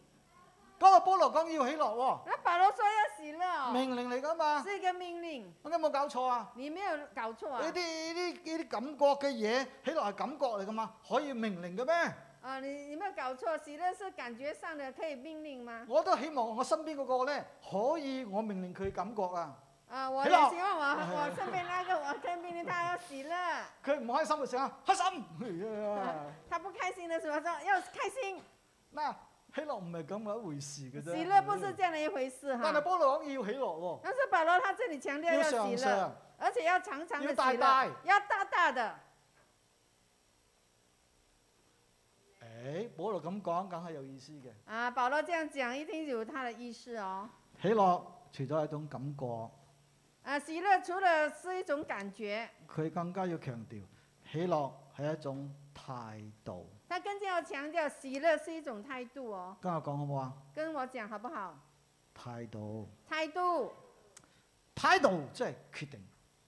S1: 嗰個保羅講要起落
S2: 那保羅說要喜
S1: 喎，
S2: 樂，
S1: 命令嚟㗎嘛，
S2: 是一個命令，
S1: 我有冇搞錯啊？
S2: 你沒有搞錯
S1: 呢
S2: 啊
S1: 啲！呢啲呢啲感覺嘅嘢，起落係感覺嚟㗎嘛，可以命令嘅咩？
S2: 啊，你你沒有搞錯，喜樂是感覺上的，可以命令嗎？
S1: 我都希望我身邊嗰個咧，可以我命令佢感覺啊，
S2: 啊，我
S1: 喜
S2: 也
S1: 樂
S2: 希望 我我身邊那個，我跟命令他要喜樂，
S1: 佢唔開心嘅時候，開 心。哎呀
S2: 他不開心的時候說要開心，
S1: 嗱，起落唔係咁嘅一回事嘅啫。
S2: 喜樂不是這樣的一回事
S1: 但係
S2: 哈。
S1: 保羅講要起落
S2: 但是保羅他這裡強調
S1: 喎，
S2: 要
S1: 要常
S2: 喜樂，
S1: 常。
S2: 而且要常常的
S1: 啊要
S2: 喜
S1: 大大
S2: 樂，要大大的。
S1: 誒，保羅咁講，梗係有意思嘅。
S2: 啊，保羅這樣講一定有他的意思哦。
S1: 喜樂除咗係一種感覺。
S2: 啊，喜樂除了是一種感覺，
S1: 佢更加要強調，喜樂係一種態度。
S2: 他更加要強調喜樂是一種態度哦。
S1: 跟我講好唔好啊？
S2: 跟我講好不好？
S1: 態度，
S2: 態度，
S1: 態度即係決定，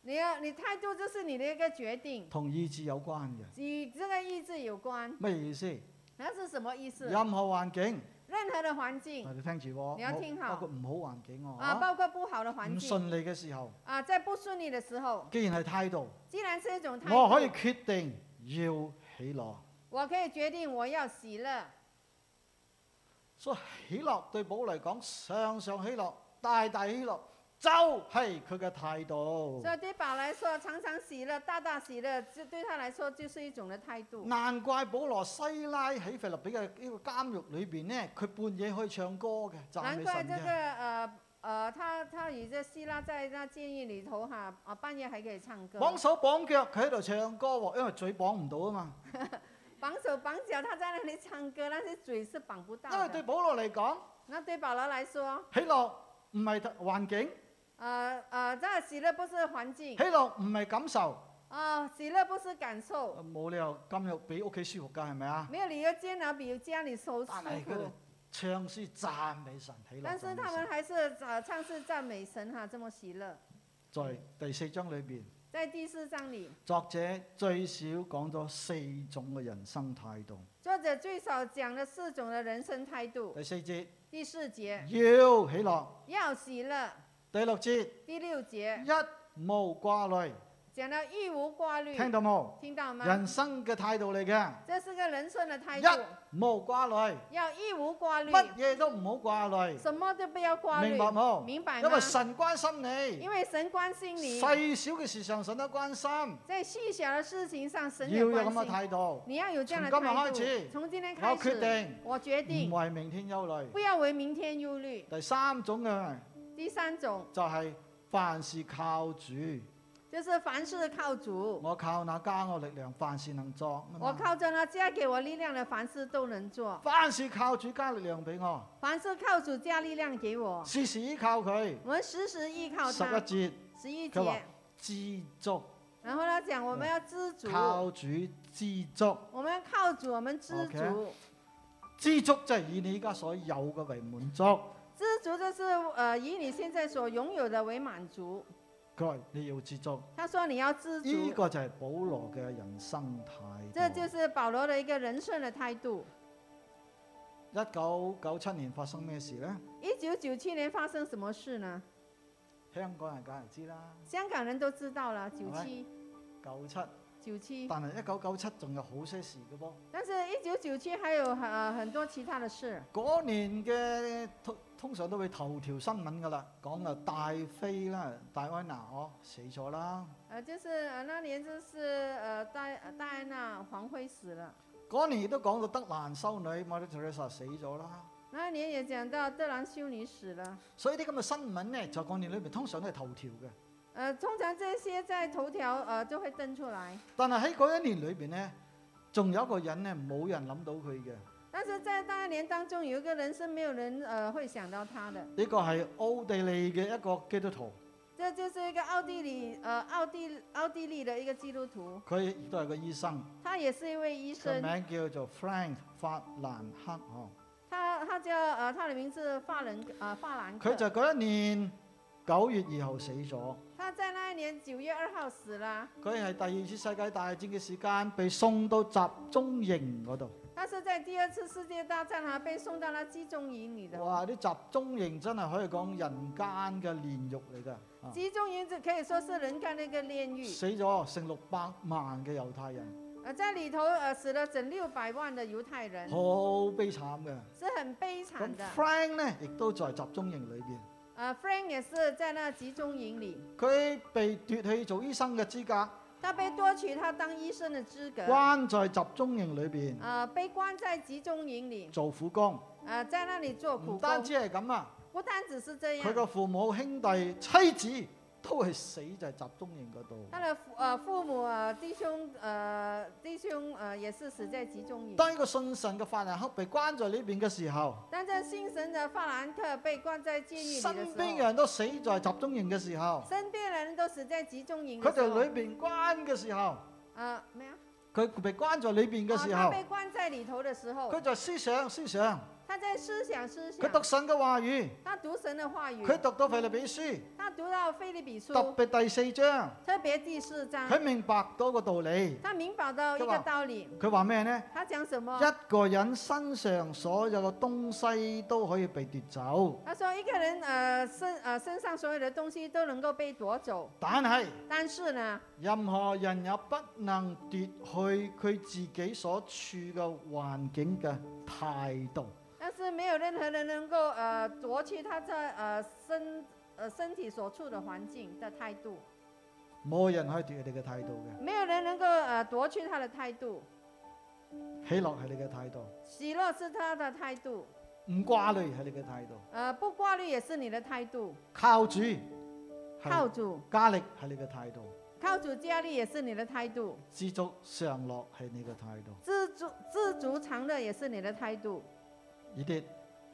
S2: 你要你態度就是你的一個決定，
S1: 同意志有關嘅。
S2: 與這個意志有關。
S1: 咩意思？
S2: 那是什麼意思？啊
S1: 任何環境，
S2: 任何的環境
S1: 我哋聽住喎，
S2: 你要聽
S1: 冇
S2: 好
S1: 包括唔好環境喎，
S2: 啊，包括不好的
S1: 啊
S2: 環
S1: 唔
S2: 境
S1: 順利嘅時候，
S2: 啊，在不順利的時候，
S1: 既然係態度，
S2: 既然是一種態
S1: 我可以
S2: 度，
S1: 決定要喜樂。
S2: 我可以決定我要喜樂。
S1: 所以喜樂對保羅嚟講，常常喜樂，大大喜樂，就係佢嘅態度。
S2: 所以對寶來說，常常喜樂，大大喜樂，這對他來說就是一種的態度。
S1: 難怪保羅西拉喺腓立比嘅呢個監獄裏邊呢，佢半夜可以唱歌嘅，讚
S2: 難
S1: 美
S2: 怪
S1: 神
S2: 這個
S1: 嘅。
S2: 呃呃，他他與這希拉在那监狱裏頭哈，啊半夜還可以唱歌，
S1: 綁手綁腳，佢喺度唱歌喎，因為嘴綁唔到啊嘛。
S2: 綁手綁腳，他在那裏唱歌，但是嘴是綁不
S1: 因為
S2: 到
S1: 對
S2: 的。
S1: 保羅嚟講，
S2: 那對保羅來說，
S1: 喜樂唔係環境，
S2: 呃呃，這個喜樂不是環境
S1: 喜，樂唔係感受，
S2: 啊、喜樂不是感受。
S1: 冇理由監獄比屋企舒服㗎，係咪啊？
S2: 没有理由煎熬比家里舒舒
S1: 但係佢哋
S2: 服，
S1: 唱詩讚美神，喜樂
S2: 但是
S1: 讚美
S2: 他们
S1: 神。
S2: 还是呃唱是赞美神哈，这么喜乐。
S1: 在第四章裏邊，
S2: 在第四章里，
S1: 作者最少講咗四種嘅人生態度。
S2: 作者最少讲了四种的人生态度。
S1: 第四節
S2: 第四节
S1: 要喜樂，
S2: 要喜乐，
S1: 第六節。
S2: 第六节
S1: 一無掛慮，
S2: 讲到一无挂虑，
S1: 聽到冇？
S2: 聽到嗎？
S1: 人生嘅態度嚟嘅，
S2: 这是个人生的态度，
S1: 一無掛慮，
S2: 要一无挂虑，
S1: 乜嘢都唔好掛慮，
S2: 什么都不要挂虑
S1: 明白，冇？
S2: 明白
S1: 因
S2: 吗
S1: 為？神關心你，
S2: 因為神關心你，
S1: 細小嘅事上神都關心，
S2: 在細小的事情上神也
S1: 要有咁
S2: 關
S1: 嘅
S2: 心。
S1: 態度，
S2: 你要有這樣的
S1: 從今日
S2: 态
S1: 開始
S2: 度，從今天
S1: 我
S2: 開
S1: 決
S2: 始，
S1: 定嗯
S2: 我決定
S1: 唔為明天憂慮。
S2: 不要為明天憂慮。
S1: 第三種嘅
S2: 第三種
S1: 就係凡事靠主，
S2: 就是凡事靠主，
S1: 我靠那加我力量，凡事能作。
S2: 我靠着呢加給我力量的，凡事都能做。
S1: 凡事靠主加力量俾我，
S2: 凡事靠主加力量給我，
S1: 事事依靠佢。
S2: 我們時時依靠
S1: 十
S2: 他。
S1: 一節
S2: 十一
S1: 佢話
S2: 節，
S1: 知足。
S2: 然後呢講我們要知足，
S1: 靠主知足，
S2: 我們要靠主，我們知
S1: OK
S2: 足。
S1: 知足即係以你而家所有嘅為滿足。佢
S2: 知足就是呃以你現在所擁有的為滿足。
S1: 話你要知足，
S2: 他說你要知
S1: 呢、個
S2: 足，
S1: 就係保羅嘅人生態
S2: 這就
S1: 度。
S2: 是保羅的一個人生的態度。
S1: 一九九七年發生咩事呢？
S2: 一九九七年發生什麼事呢？
S1: 香港人梗係知啦，
S2: 香港人都知道了，九
S1: 好
S2: 七
S1: 九七，
S2: 九七，
S1: 但係一九九七仲有好些事嘅噃。
S2: 但是一九九七還有呃很多其他的事。
S1: 嗰年嘅通通常都會頭條新聞㗎啦，講啊戴妃啦、戴安娜哦死咗啦。
S2: 呃，就是呃那年就是呃戴呃戴安娜皇妃死了，
S1: 嗰年亦都講到德蘭修女 Mother Teresa 死咗啦。
S2: 那年也講到德蘭修女死了。
S1: 所以啲咁嘅新聞咧，在嗰年裏邊通常都係頭條嘅。
S2: 呃，通常這些在頭條呃就會登出來，
S1: 但係喺嗰一年裏邊咧，仲有一個人咧，冇人諗到佢嘅。
S2: 但是在那一年當中有一個人是沒有人呃會想到他的，
S1: 呢個係奧地利嘅一個基督徒，
S2: 這就是一個奧地利呃奧地奧地利的一個基督徒，
S1: 佢亦都係個醫生，
S2: 他也是一位醫
S1: 佢
S2: 生。
S1: 名叫做 Frank 法蘭克哦。
S2: 他他叫呃，他的名字法人呃法兰克，
S1: 佢就嗰一年九月二號死咗。
S2: 他在那一年九月二號死了，
S1: 佢係第二次世界大戰嘅時間被送到集中營嗰度。
S2: 他是在第二次世界大戰啊被送到了集中營裏的。
S1: 哇！啲集中營真係可以講人間嘅煉獄嚟㗎。啊
S2: 集中營只可以說是人間的一個煉獄，
S1: 死咗成六百萬嘅猶太人，
S2: 呃，在裏頭呃死了整六百萬的猶太人，
S1: 好悲慘嘅。
S2: 是很悲嗯慘
S1: 咁
S2: 的。
S1: Frank 呢，亦都在集中營裏邊，
S2: 呃，Frank 也是在那集中營裏，
S1: 佢被奪去做醫生嘅資格，
S2: 他被奪取他當醫生的資格，
S1: 關在集中營裏邊
S2: 呃，被關在集中營裏，
S1: 做苦工。
S2: 呃，在那裏做
S1: 唔
S2: 苦
S1: 單
S2: 工。
S1: 止係咁啊，
S2: 不單只是這
S1: 佢
S2: 樣，
S1: 個父母、兄弟、妻子都係死在集中營嗰度。
S2: 他的父呃父母呃弟兄呃弟兄呃也是死在集中營。
S1: 當呢個信神嘅法蘭克被關在呢邊嘅時候，
S2: 但在新神的法蘭克被關在監獄
S1: 身
S2: 裏
S1: 邊嘅
S2: 的時
S1: 人都死在集中營嘅時候
S2: 候，，身邊人都死在集中營
S1: 佢
S2: 的時
S1: 哋
S2: 候
S1: 裏，邊關嘅時候，
S2: 呃，沒有，啊
S1: 佢被關在裏邊嘅時
S2: 他
S1: 候，
S2: 被關在裏頭的時候，
S1: 佢就思想思想，
S2: 他在思想思
S1: 佢讀
S2: 想，
S1: 神嘅話語，
S2: 他讀神的話
S1: 佢
S2: 語，
S1: 讀到腓立比書，
S2: 他讀到腓立比書，
S1: 特別第四章，
S2: 特別第四章，
S1: 佢明白到個道理。
S2: 他明白到一
S1: 佢
S2: 個
S1: 話
S2: 道理，
S1: 佢話咩呢？
S2: 他講什麼？
S1: 一個人身上所有嘅東西都可以被奪走，
S2: 他說一個人呃身呃身上所有的東西都能夠被奪走，
S1: 但係
S2: 但是呢。
S1: 任何人也不能奪去佢自己所處嘅環境嘅態度。
S2: 但是没有任何人能够呃夺去他在呃身呃身体所处的环境的态度，
S1: 冇人可以奪去你嘅態度
S2: 没有人能够呃夺去他的态度。
S1: 嘅，喜樂係你嘅態度，
S2: 喜乐是他的态度，
S1: 唔掛慮係你嘅態度，
S2: 呃，不挂虑也是你的态度。
S1: 靠主
S2: 靠
S1: 係
S2: 主，
S1: 加力係你嘅態度，
S2: 靠主加力也是你的态度，
S1: 知足常樂係你嘅態度。
S2: 知足知足常乐也是你的态度。
S1: 呢啲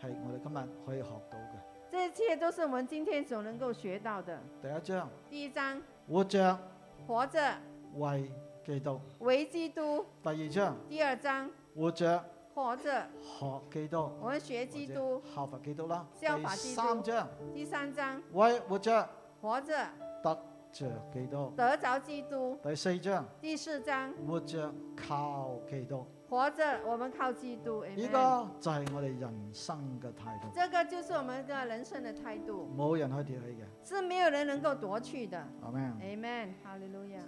S1: 係我哋今日可以學到嘅。
S2: 这一切都是我们今天所能够学到的。
S1: 第一章，
S2: 第一章，
S1: 活着
S2: 活着
S1: 為基督；
S2: 为基督；
S1: 第二章，
S2: 第二章，
S1: 活着
S2: 活着
S1: 學基督，
S2: 我们学基
S1: 或
S2: 督；
S1: 者效法基督啦。
S2: 效法
S1: 第
S2: 基督
S1: 三章，
S2: 第三章，
S1: 為活着
S2: 活着
S1: 得着基督；
S2: 得着基督。
S1: 第四章，
S2: 第四章，
S1: 活着靠基督。
S2: 活着我们靠基督。Amen
S1: 呢個就係我哋人生嘅態度。
S2: 这个就是我们的人生的态度，
S1: 冇人可以奪去嘅，
S2: 是没有人能够夺去的。
S1: 阿咩？
S2: Amen，哈利路亚，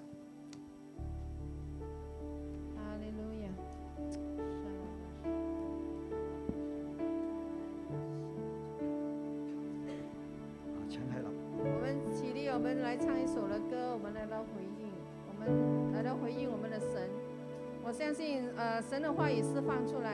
S2: 哈利路亚。
S1: 啊請起立。
S2: 我们起立，我们来唱一首的歌，我们来到回应，我们来到回应我们的神。我相信，呃，神的话语释放出来。